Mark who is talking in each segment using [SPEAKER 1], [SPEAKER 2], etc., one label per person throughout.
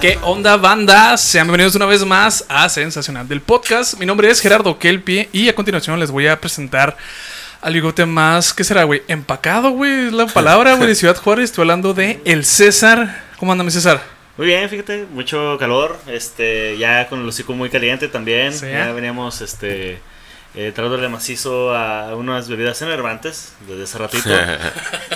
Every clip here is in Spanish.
[SPEAKER 1] ¿Qué onda, banda? Sean bienvenidos una vez más a Sensacional del Podcast. Mi nombre es Gerardo Kelpie y a continuación les voy a presentar al bigote más, ¿qué será, güey? Empacado, güey, es la palabra, güey, de Ciudad Juárez. Estoy hablando de el César. ¿Cómo anda mi César?
[SPEAKER 2] Muy bien, fíjate, mucho calor, este, ya con el hocico muy caliente también,
[SPEAKER 1] Sí.
[SPEAKER 2] ya veníamos, este, eh, tratándole macizo a unas bebidas enervantes desde hace ratito,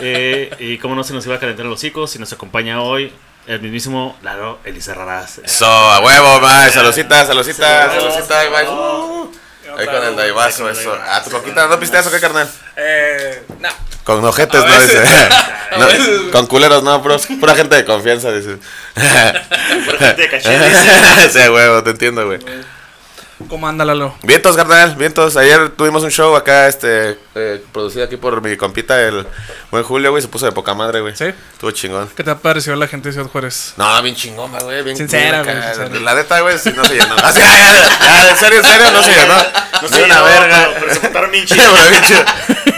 [SPEAKER 2] Eh, y como no se nos iba a calentar el hocico, si nos acompaña hoy el mismísimo Lalo Elizarrarás.
[SPEAKER 3] So, a huevo, más, salucita, salucita,
[SPEAKER 2] Salud,
[SPEAKER 3] salucita,
[SPEAKER 2] salud.
[SPEAKER 3] más. Uh, Ahí con el daivazo,
[SPEAKER 2] Ahí con el
[SPEAKER 3] eso.
[SPEAKER 2] daivazo.
[SPEAKER 3] Ah, tu coquita, ¿no pisteas o qué, carnal?
[SPEAKER 1] Eh, no.
[SPEAKER 3] Con ojetes,
[SPEAKER 1] A
[SPEAKER 3] no,
[SPEAKER 1] veces.
[SPEAKER 3] dice.
[SPEAKER 1] A
[SPEAKER 3] No,
[SPEAKER 1] veces, güey.
[SPEAKER 3] con culeros, no, bro. Pura gente de confianza, dice.
[SPEAKER 2] Pura gente de caché, dice.
[SPEAKER 3] Sí, a huevo, te entiendo, güey.
[SPEAKER 1] ¿Cómo anda, Lalo?
[SPEAKER 3] Vientos, carnal, vientos. Ayer tuvimos un show acá, este, eh, producido aquí por mi compita, el buen Julio, güey. Se puso de poca madre, güey.
[SPEAKER 1] ¿Sí?
[SPEAKER 3] Estuvo chingón.
[SPEAKER 1] ¿Qué te ha parecido la gente de Ciudad Juárez?
[SPEAKER 3] No, bien chingona, güey. Bien
[SPEAKER 1] Sincera,
[SPEAKER 3] bien acá.
[SPEAKER 1] güey, sincera.
[SPEAKER 3] La neta, güey, sí, no se llenó. Ah, sí, ya, ya, ya, en serio, en serio, no se llenó.
[SPEAKER 2] No
[SPEAKER 3] Ni
[SPEAKER 2] sé,
[SPEAKER 3] una
[SPEAKER 2] no,
[SPEAKER 3] verga.
[SPEAKER 2] pero- pero se portaron bien
[SPEAKER 3] Sí,
[SPEAKER 2] chido.
[SPEAKER 3] pero bien chido.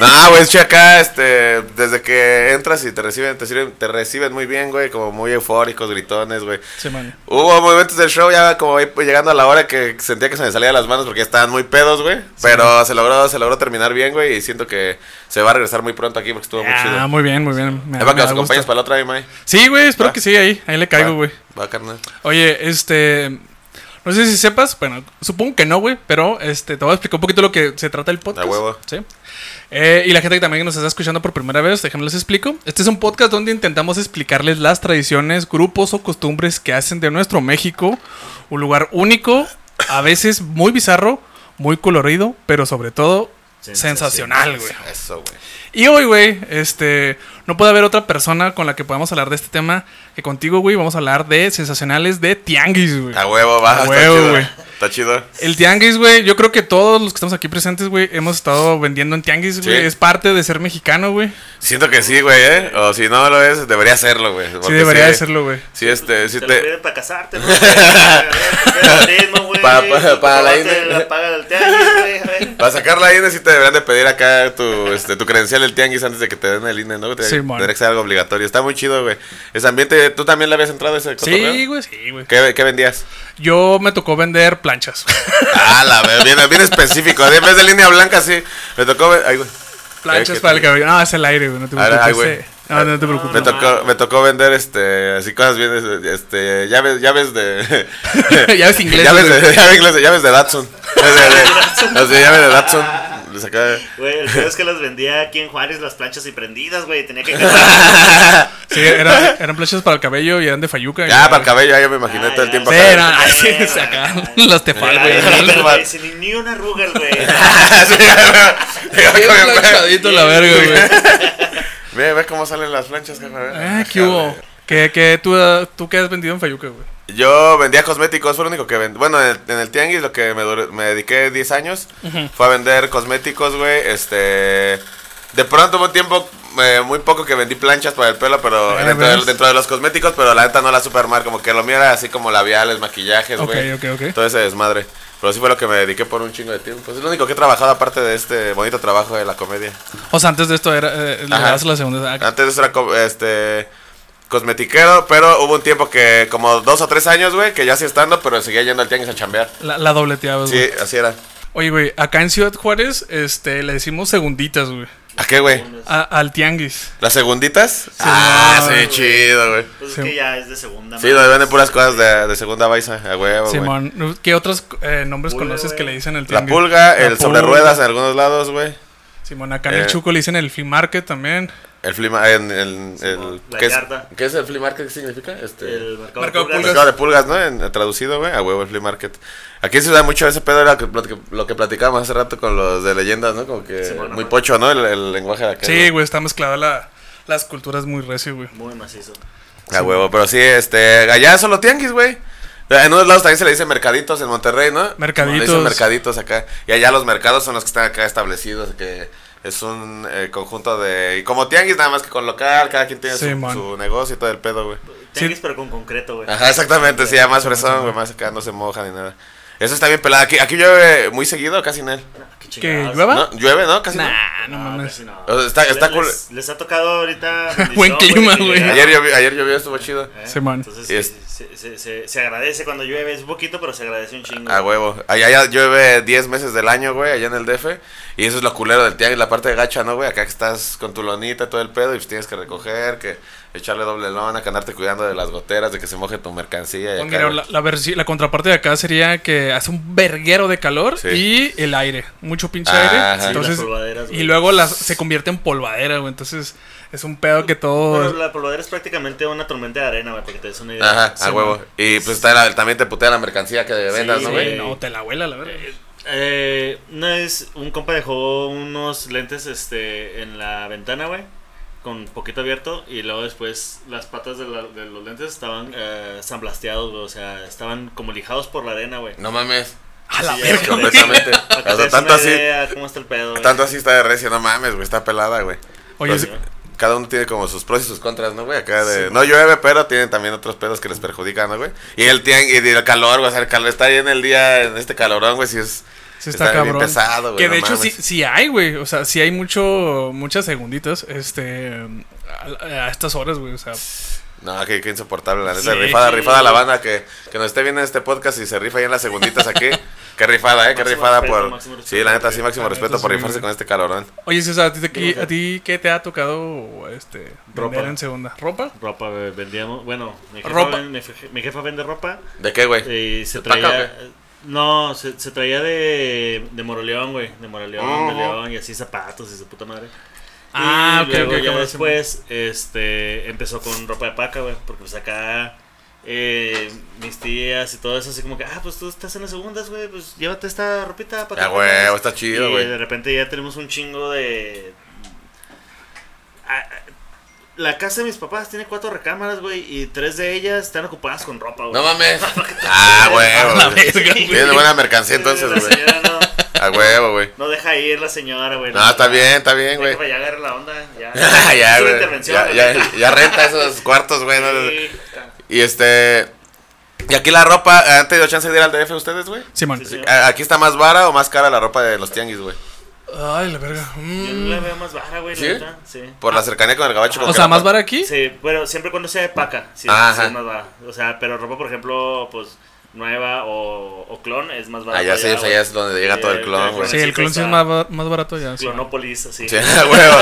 [SPEAKER 3] No, güey, es que acá, este, desde que entras y te reciben, te sirven, te reciben muy bien, güey, como muy eufóricos, gritones, güey.
[SPEAKER 1] Sí, man.
[SPEAKER 3] Hubo momentos del show ya como ahí, pues, llegando a la hora que sentía que se me salía de las manos porque ya estaban muy pedos, güey. Pero se logró, se logró terminar bien, güey, y siento que se va a regresar muy pronto aquí porque estuvo muy
[SPEAKER 1] Ah,
[SPEAKER 3] chido.
[SPEAKER 1] muy bien, muy bien. Me-
[SPEAKER 3] Ahí va
[SPEAKER 1] me
[SPEAKER 3] que
[SPEAKER 1] da
[SPEAKER 3] nos acompañes
[SPEAKER 1] gusto.
[SPEAKER 3] para la otra, May.
[SPEAKER 1] Sí, güey, espero
[SPEAKER 3] Va.
[SPEAKER 1] que sí, ahí. Ahí le caigo, güey.
[SPEAKER 3] Va, carnal.
[SPEAKER 1] Oye, este. No sé si sepas, bueno, supongo que no, güey, pero este, te voy a explicar un poquito lo que se trata el podcast.
[SPEAKER 3] A huevo.
[SPEAKER 1] Sí. Eh, y la gente que también nos está escuchando por primera vez, déjenme les explico. Este es un podcast donde intentamos explicarles las tradiciones, grupos o costumbres que hacen de nuestro México un lugar único, a veces muy bizarro, muy colorido, pero sobre todo sensacional,
[SPEAKER 2] Sensacional.
[SPEAKER 1] güey.
[SPEAKER 3] Eso, güey.
[SPEAKER 1] Y hoy, güey, este, no puede haber otra persona con la que podamos hablar de este tema que contigo, güey. Vamos a hablar de sensacionales de tianguis, güey.
[SPEAKER 3] A huevo, va.
[SPEAKER 1] A
[SPEAKER 3] está
[SPEAKER 1] huevo,
[SPEAKER 3] chido.
[SPEAKER 1] güey.
[SPEAKER 3] Está chido.
[SPEAKER 1] El tianguis, güey, yo creo que todos los que estamos aquí presentes, güey, hemos estado vendiendo en tianguis, güey.
[SPEAKER 3] Sí.
[SPEAKER 1] Es parte de ser mexicano, güey.
[SPEAKER 3] Siento que sí, güey, ¿eh? O si no lo es, debería hacerlo, güey.
[SPEAKER 1] Sí,
[SPEAKER 3] porque
[SPEAKER 1] debería de serlo, güey.
[SPEAKER 3] Sí, este, sí
[SPEAKER 2] Te lo
[SPEAKER 3] te...
[SPEAKER 2] piden para casarte, ¿no? Para
[SPEAKER 3] Pa- pa- para la INE.
[SPEAKER 2] la paga del tianguis, güey, a ver.
[SPEAKER 3] Para sacar la INE sí te deberían de pedir acá tu, este, tu credencial del tianguis antes de que te den el INE, ¿no? Te-
[SPEAKER 1] Sí, mon.
[SPEAKER 3] Tendría que ser algo obligatorio. Está muy chido, güey. Ese ambiente, ¿tú también le habías entrado a ese cotorreo?
[SPEAKER 1] Sí, güey, sí, güey.
[SPEAKER 3] ¿Qué, qué vendías?
[SPEAKER 1] Yo me tocó vender planchas.
[SPEAKER 3] Ah, la verdad, bien, bien específico. En vez de línea blanca, sí. Me tocó... ve- Ay, güey.
[SPEAKER 1] planchas
[SPEAKER 3] ¿Qué-
[SPEAKER 1] para el cabello. No, es el aire, güey. No te
[SPEAKER 3] Ah,
[SPEAKER 1] preocupes.
[SPEAKER 3] ay, güey.
[SPEAKER 1] eh. No, no te
[SPEAKER 3] Me
[SPEAKER 1] preocupes.
[SPEAKER 3] tocó, me tocó vender este así cosas bien este llaves llaves de
[SPEAKER 1] Llaves inglesas,
[SPEAKER 3] llaves de,
[SPEAKER 1] güey.
[SPEAKER 3] llaves inglesas, llaves de Datsun Así de- así de llaves de Datsun Le sacaba-
[SPEAKER 2] Güey, el pedo es que las vendía aquí en Juárez las planchas y prendidas, güey. Tenía que cargar.
[SPEAKER 1] Sí, era- eran planchas para el cabello y eran de fayuca.
[SPEAKER 3] ya para el cabello ya yo me imaginé todo el tiempo
[SPEAKER 1] Sí,
[SPEAKER 3] acá.
[SPEAKER 1] eran así, sacaban las tefal,
[SPEAKER 2] Ay,
[SPEAKER 1] güey.
[SPEAKER 2] güey, güey, Sin ni una arruga, güey.
[SPEAKER 3] Sí, güey.
[SPEAKER 1] Bien
[SPEAKER 3] Ve-
[SPEAKER 1] planchadito la verga, güey.
[SPEAKER 3] Ve, ve cómo salen las planchas, carnal.
[SPEAKER 1] Ah, ¿qué hubo? ¿Qué, qué, tú, eh, ¿Tú qué has vendido en Fayuca, güey?
[SPEAKER 3] Yo vendía cosméticos, fue lo único que vendí. Bueno, en el, en el tianguis lo que me, duré- me dediqué 10 años fue a vender cosméticos, güey. Este. De pronto hubo un tiempo eh, muy poco que vendí planchas para el pelo, pero
[SPEAKER 1] Ah,
[SPEAKER 3] dentro,
[SPEAKER 1] ¿ves?
[SPEAKER 3] de, dentro de los cosméticos, pero la neta no la supermar, como que lo mío era así como labiales, maquillajes,
[SPEAKER 1] Ok,
[SPEAKER 3] güey.
[SPEAKER 1] ok, ok.
[SPEAKER 3] Todo ese desmadre. Pero sí fue lo que me dediqué por un chingo de tiempo. Es lo único que he trabajado aparte de este bonito trabajo de la comedia.
[SPEAKER 1] O sea, antes de esto era, eh, le
[SPEAKER 3] Ajá.
[SPEAKER 1] das la segunda. ah,
[SPEAKER 3] Antes eso era co- este cosmetiquero, pero hubo un tiempo que como dos o tres años, güey, que ya sí estando, pero seguía yendo al tianguis a chambear.
[SPEAKER 1] La, la dobleteabas,
[SPEAKER 3] Sí,
[SPEAKER 1] güey.
[SPEAKER 3] así era.
[SPEAKER 1] Oye, güey, acá en Ciudad Juárez, este, le decimos segunditas, güey.
[SPEAKER 3] ¿A qué, güey?
[SPEAKER 1] A- Al tianguis.
[SPEAKER 3] ¿Las segunditas? ah, sí, chido, güey.
[SPEAKER 2] Pues es
[SPEAKER 1] Sí.
[SPEAKER 2] que ya es de segunda.
[SPEAKER 3] Sí,
[SPEAKER 2] mano.
[SPEAKER 3] donde venden puras cosas de, de segunda baisa, a huevo, Oh, güey.
[SPEAKER 1] Simón, ¿qué otros eh, nombres
[SPEAKER 2] Pulga,
[SPEAKER 1] conoces
[SPEAKER 2] güey.
[SPEAKER 1] que le dicen el
[SPEAKER 3] La
[SPEAKER 1] tianguis?
[SPEAKER 3] pulga, el
[SPEAKER 1] La pulga.
[SPEAKER 3] sobre ruedas en algunos lados, güey.
[SPEAKER 1] Simón, acá en el
[SPEAKER 3] Eh.
[SPEAKER 1] Chuco le dicen el flea market también.
[SPEAKER 3] El flea ma- en el,
[SPEAKER 2] Simón,
[SPEAKER 3] el-
[SPEAKER 2] la
[SPEAKER 3] ¿qué, es,
[SPEAKER 2] yarda.
[SPEAKER 3] ¿Qué es el flea market? ¿Qué significa? Este
[SPEAKER 2] El mercado,
[SPEAKER 1] Mercado
[SPEAKER 2] de pulgas.
[SPEAKER 1] pulgas.
[SPEAKER 3] Mercado de pulgas, ¿no? En, traducido, güey, a huevo el flea market. Aquí se da mucho ese pedo, era lo que, plati- lo que platicábamos hace rato con los de leyendas, ¿no? Como que
[SPEAKER 2] Sí, bueno,
[SPEAKER 3] muy
[SPEAKER 2] ¿no?
[SPEAKER 3] pocho, ¿no? El, el lenguaje de acá.
[SPEAKER 1] Sí, güey, está mezclada la, las culturas muy recio, güey.
[SPEAKER 2] Muy macizo.
[SPEAKER 3] A huevo, pero sí, este, allá son los tianguis, güey. En unos lados también se le dice mercaditos en Monterrey, ¿no?
[SPEAKER 1] Mercaditos.
[SPEAKER 3] Le dicen mercaditos acá. Y allá los mercados son los que están acá establecidos, que es un eh, conjunto de... y como tianguis, nada más que con local, cada quien tiene
[SPEAKER 1] Sí,
[SPEAKER 3] su,
[SPEAKER 1] man.
[SPEAKER 3] su negocio y todo el pedo, güey.
[SPEAKER 2] Tianguis, pero con concreto, güey. Ah,
[SPEAKER 3] Ajá, exactamente, sí, ya más fresón, güey, más acá no se moja ni nada. Eso está bien pelado. Aquí, aquí llueve muy seguido, casi nada.
[SPEAKER 1] ¿Que
[SPEAKER 2] qué chingados.
[SPEAKER 1] llueva?
[SPEAKER 3] No, llueve, ¿no? Casi. no.
[SPEAKER 1] Nah, no
[SPEAKER 2] No, pues
[SPEAKER 1] mames.
[SPEAKER 2] sí, no.
[SPEAKER 3] O sea, está- está
[SPEAKER 2] Les-
[SPEAKER 3] cool.
[SPEAKER 2] Les, les ha tocado ahorita. bendición,
[SPEAKER 1] Buen clima,
[SPEAKER 2] que
[SPEAKER 1] güey.
[SPEAKER 2] llegaron,
[SPEAKER 3] Ayer llovió, ayer llovió, estuvo chido.
[SPEAKER 2] ¿eh?
[SPEAKER 1] Simón.
[SPEAKER 2] Entonces,
[SPEAKER 3] Y es-
[SPEAKER 2] se, se- se- se agradece cuando llueve, es poquito, pero se agradece un chingo.
[SPEAKER 3] A huevo. Allá ya llueve 10 meses del año, güey, allá en el DF. Y eso es lo culero del tianguis, la parte de gacha, ¿no, güey? Acá que estás con tu lonita, todo el pedo, y pues tienes que recoger, que echarle doble lona, que andarte cuidando de las goteras, de que se moje tu mercancía.
[SPEAKER 1] Pues
[SPEAKER 3] Y acá,
[SPEAKER 1] mira,
[SPEAKER 3] güey.
[SPEAKER 1] la, la versi- la contraparte de acá sería que hace un verguero de calor
[SPEAKER 3] Sí. Ah,
[SPEAKER 1] y el aire, mucho pinche
[SPEAKER 3] Ajá.
[SPEAKER 1] aire.
[SPEAKER 3] Sí,
[SPEAKER 1] Entonces,
[SPEAKER 2] las polvaderas,
[SPEAKER 1] y
[SPEAKER 2] güey.
[SPEAKER 1] luego las, se convierte en polvadera, güey. Entonces es un pedo que
[SPEAKER 2] Pero
[SPEAKER 1] todo...
[SPEAKER 2] la polvadera es prácticamente una tormenta de arena, güey, porque te des una idea.
[SPEAKER 3] Ajá,
[SPEAKER 1] Sí,
[SPEAKER 3] a huevo.
[SPEAKER 1] güey.
[SPEAKER 3] Y pues está la- también te putea la mercancía que vendas,
[SPEAKER 2] Sí,
[SPEAKER 3] ¿no,
[SPEAKER 1] güey,
[SPEAKER 3] güey?
[SPEAKER 1] no, te la abuela, la verdad.
[SPEAKER 2] Eh, una vez un compa dejó unos lentes este, en la ventana, güey, con poquito abierto, y luego después las patas de, la- de los lentes estaban eh, samblasteados, güey, o sea, estaban como lijados por la arena, güey.
[SPEAKER 3] No mames.
[SPEAKER 1] A la
[SPEAKER 2] Sí,
[SPEAKER 1] verga,
[SPEAKER 2] ya,
[SPEAKER 1] güey.
[SPEAKER 3] Completamente.
[SPEAKER 2] Para que
[SPEAKER 3] O
[SPEAKER 2] te
[SPEAKER 3] sea,
[SPEAKER 2] des
[SPEAKER 3] tanto
[SPEAKER 2] una
[SPEAKER 3] así,
[SPEAKER 2] idea cómo está el pedo, güey.
[SPEAKER 3] tanto así está de recio, no mames, güey, está pelada, güey.
[SPEAKER 1] Oye,
[SPEAKER 3] Entonces,
[SPEAKER 1] sí.
[SPEAKER 3] cada uno tiene como sus pros y sus contras, ¿no, güey? Acá de,
[SPEAKER 2] Sí.
[SPEAKER 3] no llueve, pero tienen también otros pedos que les perjudican, ¿no, güey? Y el tian, y el calor, güey, o sea, el calor está ahí en el día, en este calorón, güey, si es...
[SPEAKER 1] Sí está,
[SPEAKER 3] Está bien
[SPEAKER 1] cabrón.
[SPEAKER 3] pesado, güey,
[SPEAKER 1] que de
[SPEAKER 3] no
[SPEAKER 1] hecho sí,
[SPEAKER 3] mames.
[SPEAKER 1] sí hay, güey. O sea, sí hay mucho, muchas segunditas, este, a, a estas horas, güey. O sea,
[SPEAKER 3] No, qué, qué insoportable, la neta,
[SPEAKER 2] Sí.
[SPEAKER 3] rifada, rifada la banda que, que nos esté viendo este podcast y se rifa ahí en las segunditas aquí. qué rifada, ¿eh? Qué
[SPEAKER 2] Máximo
[SPEAKER 3] rifada
[SPEAKER 2] respeto,
[SPEAKER 3] por...
[SPEAKER 2] máximo
[SPEAKER 3] Sí, la neta, sí,
[SPEAKER 2] respeto.
[SPEAKER 3] máximo
[SPEAKER 1] La
[SPEAKER 3] respeto
[SPEAKER 1] neta,
[SPEAKER 3] por
[SPEAKER 1] sí,
[SPEAKER 3] rifarse
[SPEAKER 1] güey.
[SPEAKER 3] con este calorón.
[SPEAKER 1] oye, César, ¿a ti, te-
[SPEAKER 2] Digo,
[SPEAKER 1] a ti qué te ha tocado, este,
[SPEAKER 2] Ropa.
[SPEAKER 1] vender en segunda? ¿Ropa?
[SPEAKER 2] Ropa, güey, vendíamos, bueno, mi jefa,
[SPEAKER 1] Ropa.
[SPEAKER 2] ven- mi je- mi jefa vende ropa.
[SPEAKER 3] ¿De qué, güey?
[SPEAKER 2] Y Eh, se
[SPEAKER 3] ¿De Paca
[SPEAKER 2] traía. No, se, se traía de, de Moroleón, güey. De Moroleón,
[SPEAKER 3] Ujú.
[SPEAKER 2] de León, y así zapatos y su puta madre.
[SPEAKER 1] Ah,
[SPEAKER 2] y
[SPEAKER 1] ok,
[SPEAKER 2] luego
[SPEAKER 1] ok,
[SPEAKER 2] Ya
[SPEAKER 1] como
[SPEAKER 2] después este, empezó con ropa de paca, güey. Porque pues acá eh, mis tías y todo eso, así como que, ah, pues tú estás en las segundas, güey. Pues llévate esta ropita para
[SPEAKER 3] Ya,
[SPEAKER 2] que
[SPEAKER 3] Ah, güey,
[SPEAKER 2] tengas".
[SPEAKER 3] está chido,
[SPEAKER 2] Y
[SPEAKER 3] güey.
[SPEAKER 2] de repente ya tenemos un chingo de. Ah, La casa de mis papás tiene cuatro recámaras, güey, y tres de ellas están ocupadas con ropa, güey.
[SPEAKER 3] No mames. Ah,
[SPEAKER 1] la
[SPEAKER 3] güey.
[SPEAKER 1] verga, güey.
[SPEAKER 3] Tiene buena mercancía entonces,
[SPEAKER 2] La
[SPEAKER 3] güey.
[SPEAKER 2] señora no,
[SPEAKER 3] A huevo, güey.
[SPEAKER 2] no deja ir la señora, güey.
[SPEAKER 3] No, Ah, está bien, está bien, güey.
[SPEAKER 2] Ya agarra la onda. Ya,
[SPEAKER 3] ya,
[SPEAKER 2] Es una
[SPEAKER 3] güey.
[SPEAKER 2] intervención,
[SPEAKER 3] Ya,
[SPEAKER 2] la
[SPEAKER 3] ya-
[SPEAKER 2] neta.
[SPEAKER 3] ya renta esos cuartos, güey. ¿no?
[SPEAKER 2] Sí,
[SPEAKER 3] Y este. Y aquí la ropa, ¿han tenido chance de ir al DF ustedes, güey?
[SPEAKER 1] Simón.
[SPEAKER 2] Sí, sí.
[SPEAKER 3] ¿A- ¿Aquí está más vara o más cara la ropa de los tianguis, güey?
[SPEAKER 1] Ay, la verga.
[SPEAKER 2] Yo
[SPEAKER 1] Mm.
[SPEAKER 2] la veo más baja, güey, la
[SPEAKER 3] ¿Sí?
[SPEAKER 2] neta, Sí.
[SPEAKER 3] Por la cercanía con el gabacho. como
[SPEAKER 1] O
[SPEAKER 3] que
[SPEAKER 1] sea,
[SPEAKER 3] la
[SPEAKER 1] más
[SPEAKER 3] pa-
[SPEAKER 1] vara aquí.
[SPEAKER 2] Sí, bueno, siempre cuando sea de paca, sí,
[SPEAKER 3] Ajá.
[SPEAKER 2] sí es más baja. O sea, pero ropa, por ejemplo, pues nueva o, o clon es más barata.
[SPEAKER 3] Allá sí, o sea, allá es donde llega
[SPEAKER 2] Sí,
[SPEAKER 3] todo el
[SPEAKER 2] el
[SPEAKER 3] clon, güey.
[SPEAKER 2] clon.
[SPEAKER 1] Sí,
[SPEAKER 3] Sí,
[SPEAKER 1] el clon sí es más, ba- más barato ya. sí.
[SPEAKER 2] Clonopolis, así.
[SPEAKER 3] a huevo.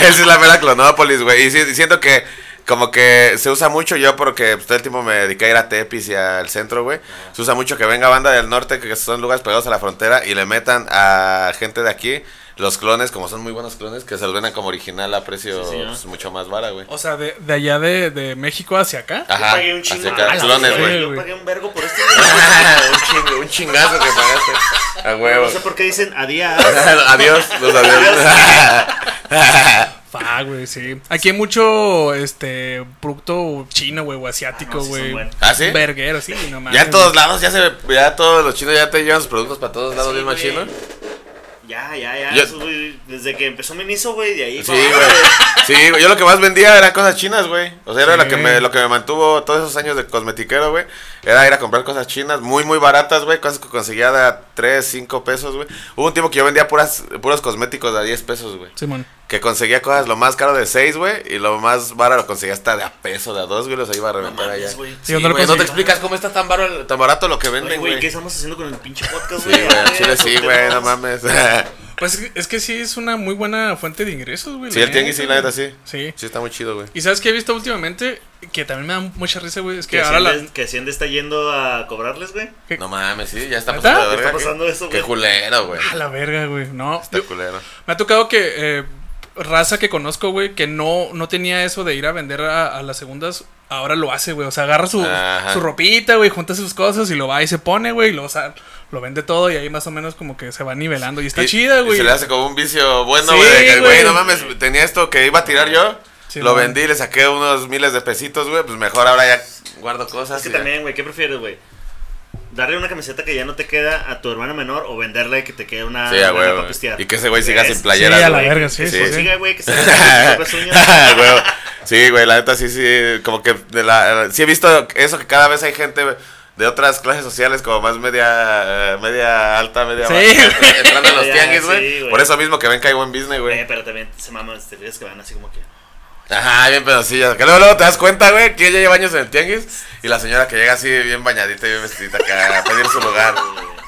[SPEAKER 3] Esa es la mera clonópolis, güey. Y sí, y siento que. Como que se usa mucho yo porque pues, todo el tiempo me dediqué a ir a Tepis y al centro, güey. Se usa mucho que venga banda del norte, que son lugares pegados a la frontera, y le metan a gente de aquí los clones, como son muy buenos clones, que se los vendan como original a precios
[SPEAKER 2] Sí, señor.
[SPEAKER 3] pues, mucho más vara, güey.
[SPEAKER 1] O sea, de, de allá de, de México hacia acá.
[SPEAKER 2] Yo
[SPEAKER 3] Ajá,
[SPEAKER 2] pagué un chingo.
[SPEAKER 3] hacia acá,
[SPEAKER 2] Ah,
[SPEAKER 3] clones,
[SPEAKER 1] güey.
[SPEAKER 2] Yo pagué un vergo por esto. güey.
[SPEAKER 3] un, chingo- un chingazo que pagaste. A
[SPEAKER 2] No
[SPEAKER 3] huevo.
[SPEAKER 2] sé por qué dicen adiós.
[SPEAKER 3] adiós, los adiós.
[SPEAKER 1] Fa, güey, sí. Aquí hay mucho este producto chino, güey, o
[SPEAKER 2] Ah, no,
[SPEAKER 1] asiático,
[SPEAKER 2] sí son
[SPEAKER 1] güey.
[SPEAKER 2] buenos.
[SPEAKER 3] ¿Ah, sí?
[SPEAKER 1] Verguero, sí, no mames.
[SPEAKER 3] Ya en todos lados, ya se ve, ya todos los chinos ya te llevan sus productos para todos lados,
[SPEAKER 2] Sí,
[SPEAKER 3] bien machino.
[SPEAKER 2] güey. Ya, ya, ya.
[SPEAKER 3] Yo-
[SPEAKER 2] eso, güey, desde que empezó Miniso, güey, de ahí.
[SPEAKER 3] Sí, güey. Sí, güey, yo lo que más vendía eran cosas chinas, güey. O sea, era lo
[SPEAKER 1] Sí.
[SPEAKER 3] que me lo que me mantuvo todos esos años de cosmetiquero, güey. Era ir a comprar cosas chinas muy muy baratas, güey, cosas que conseguía de 3, 5 pesos, güey. Hubo un tiempo que yo vendía puras puros cosméticos de a 10 pesos, güey.
[SPEAKER 1] Simón.
[SPEAKER 3] Que conseguía cosas lo más caro de 6, güey, y lo más barato lo conseguía hasta de a peso, de a 2, güey, los iba a reventar
[SPEAKER 2] mames,
[SPEAKER 3] allá.
[SPEAKER 2] güey.
[SPEAKER 3] Sí,
[SPEAKER 1] Sí, ¿dónde lo
[SPEAKER 3] güey, no te
[SPEAKER 1] conseguí?
[SPEAKER 3] explicas cómo está tan barato, tan barato lo que
[SPEAKER 2] Oye,
[SPEAKER 3] venden,
[SPEAKER 2] güey,
[SPEAKER 3] güey.
[SPEAKER 2] ¿qué
[SPEAKER 3] Sí,
[SPEAKER 2] estamos haciendo con el pinche podcast, güey?
[SPEAKER 3] güey, al chile sí, güey, no mames.
[SPEAKER 1] Pues es que- es que sí es una muy buena fuente de ingresos, güey.
[SPEAKER 3] Sí, el tianguis sí, la neta
[SPEAKER 1] neta,
[SPEAKER 3] sí.
[SPEAKER 1] Sí.
[SPEAKER 3] Sí, está muy chido, güey.
[SPEAKER 1] Y sabes que he visto últimamente que también me da mucha risa, güey. Es que
[SPEAKER 2] Que
[SPEAKER 1] ahora la.
[SPEAKER 2] Hacienda, que Hacienda está yendo a cobrarles, güey.
[SPEAKER 1] ¿Qué?
[SPEAKER 3] No mames, sí, ya está
[SPEAKER 1] ¿Neta?
[SPEAKER 3] pasando de
[SPEAKER 2] ¿Qué está
[SPEAKER 3] verga.
[SPEAKER 2] pasando eso,
[SPEAKER 3] Qué
[SPEAKER 2] güey?
[SPEAKER 3] culero, güey.
[SPEAKER 1] A la verga, güey. No.
[SPEAKER 3] Está
[SPEAKER 1] Yo-
[SPEAKER 3] culero.
[SPEAKER 1] Me ha tocado que eh, raza que conozco, güey, que no, no tenía eso de ir a vender a, a las segundas, ahora lo hace, güey. O sea, agarra su,
[SPEAKER 3] Ajá.
[SPEAKER 1] su ropita, güey, junta sus cosas y lo va y se pone, güey, y lo, o sea, lo vende todo y ahí más o menos como que se va nivelando. Y está
[SPEAKER 3] Y-
[SPEAKER 1] chida,
[SPEAKER 3] y
[SPEAKER 1] güey.
[SPEAKER 3] Se le hace como un vicio bueno,
[SPEAKER 1] Sí,
[SPEAKER 3] güey. de que, güey,
[SPEAKER 1] güey.
[SPEAKER 3] no mames, tenía esto que iba a tirar yo.
[SPEAKER 1] Sí,
[SPEAKER 3] lo
[SPEAKER 1] güey.
[SPEAKER 3] vendí, le saqué unos miles de pesitos, güey. Pues mejor ahora ya guardo cosas.
[SPEAKER 2] Es que
[SPEAKER 3] y ya.
[SPEAKER 2] también, güey, ¿qué prefieres, güey? Darle una camiseta que ya no te queda a tu hermano menor o venderla y que te quede una,
[SPEAKER 3] Sí,
[SPEAKER 2] una
[SPEAKER 3] a huevo,
[SPEAKER 2] ropa
[SPEAKER 3] güey.
[SPEAKER 2] pisteada?
[SPEAKER 3] Y que ese güey siga
[SPEAKER 2] ¿Ves?
[SPEAKER 3] sin playera,
[SPEAKER 1] Sí, a la
[SPEAKER 2] güey,
[SPEAKER 1] verga,
[SPEAKER 2] que-
[SPEAKER 1] sí,
[SPEAKER 2] que
[SPEAKER 1] sí,
[SPEAKER 2] se
[SPEAKER 1] sí.
[SPEAKER 2] consiga, güey, que se
[SPEAKER 3] Ah,
[SPEAKER 2] las uñas.
[SPEAKER 3] güey. Sí, güey, la neta sí, sí, como que de la, sí he visto eso que cada vez hay gente de otras clases sociales como más media eh, media alta, media
[SPEAKER 1] Sí,
[SPEAKER 3] baja,
[SPEAKER 1] güey.
[SPEAKER 3] entrando a los
[SPEAKER 2] Ya,
[SPEAKER 3] tianguis,
[SPEAKER 2] sí,
[SPEAKER 3] güey.
[SPEAKER 2] güey.
[SPEAKER 3] Por eso mismo que ven que hay buen business,
[SPEAKER 2] Güey,
[SPEAKER 3] güey.
[SPEAKER 2] Eh, pero también se maman este videos que van así como que.
[SPEAKER 3] Ajá, bien pedocillas. Que luego, luego te das cuenta, güey, que ella lleva años en el tianguis y la señora que llega así bien bañadita y bien vestidita acá a pedir su lugar.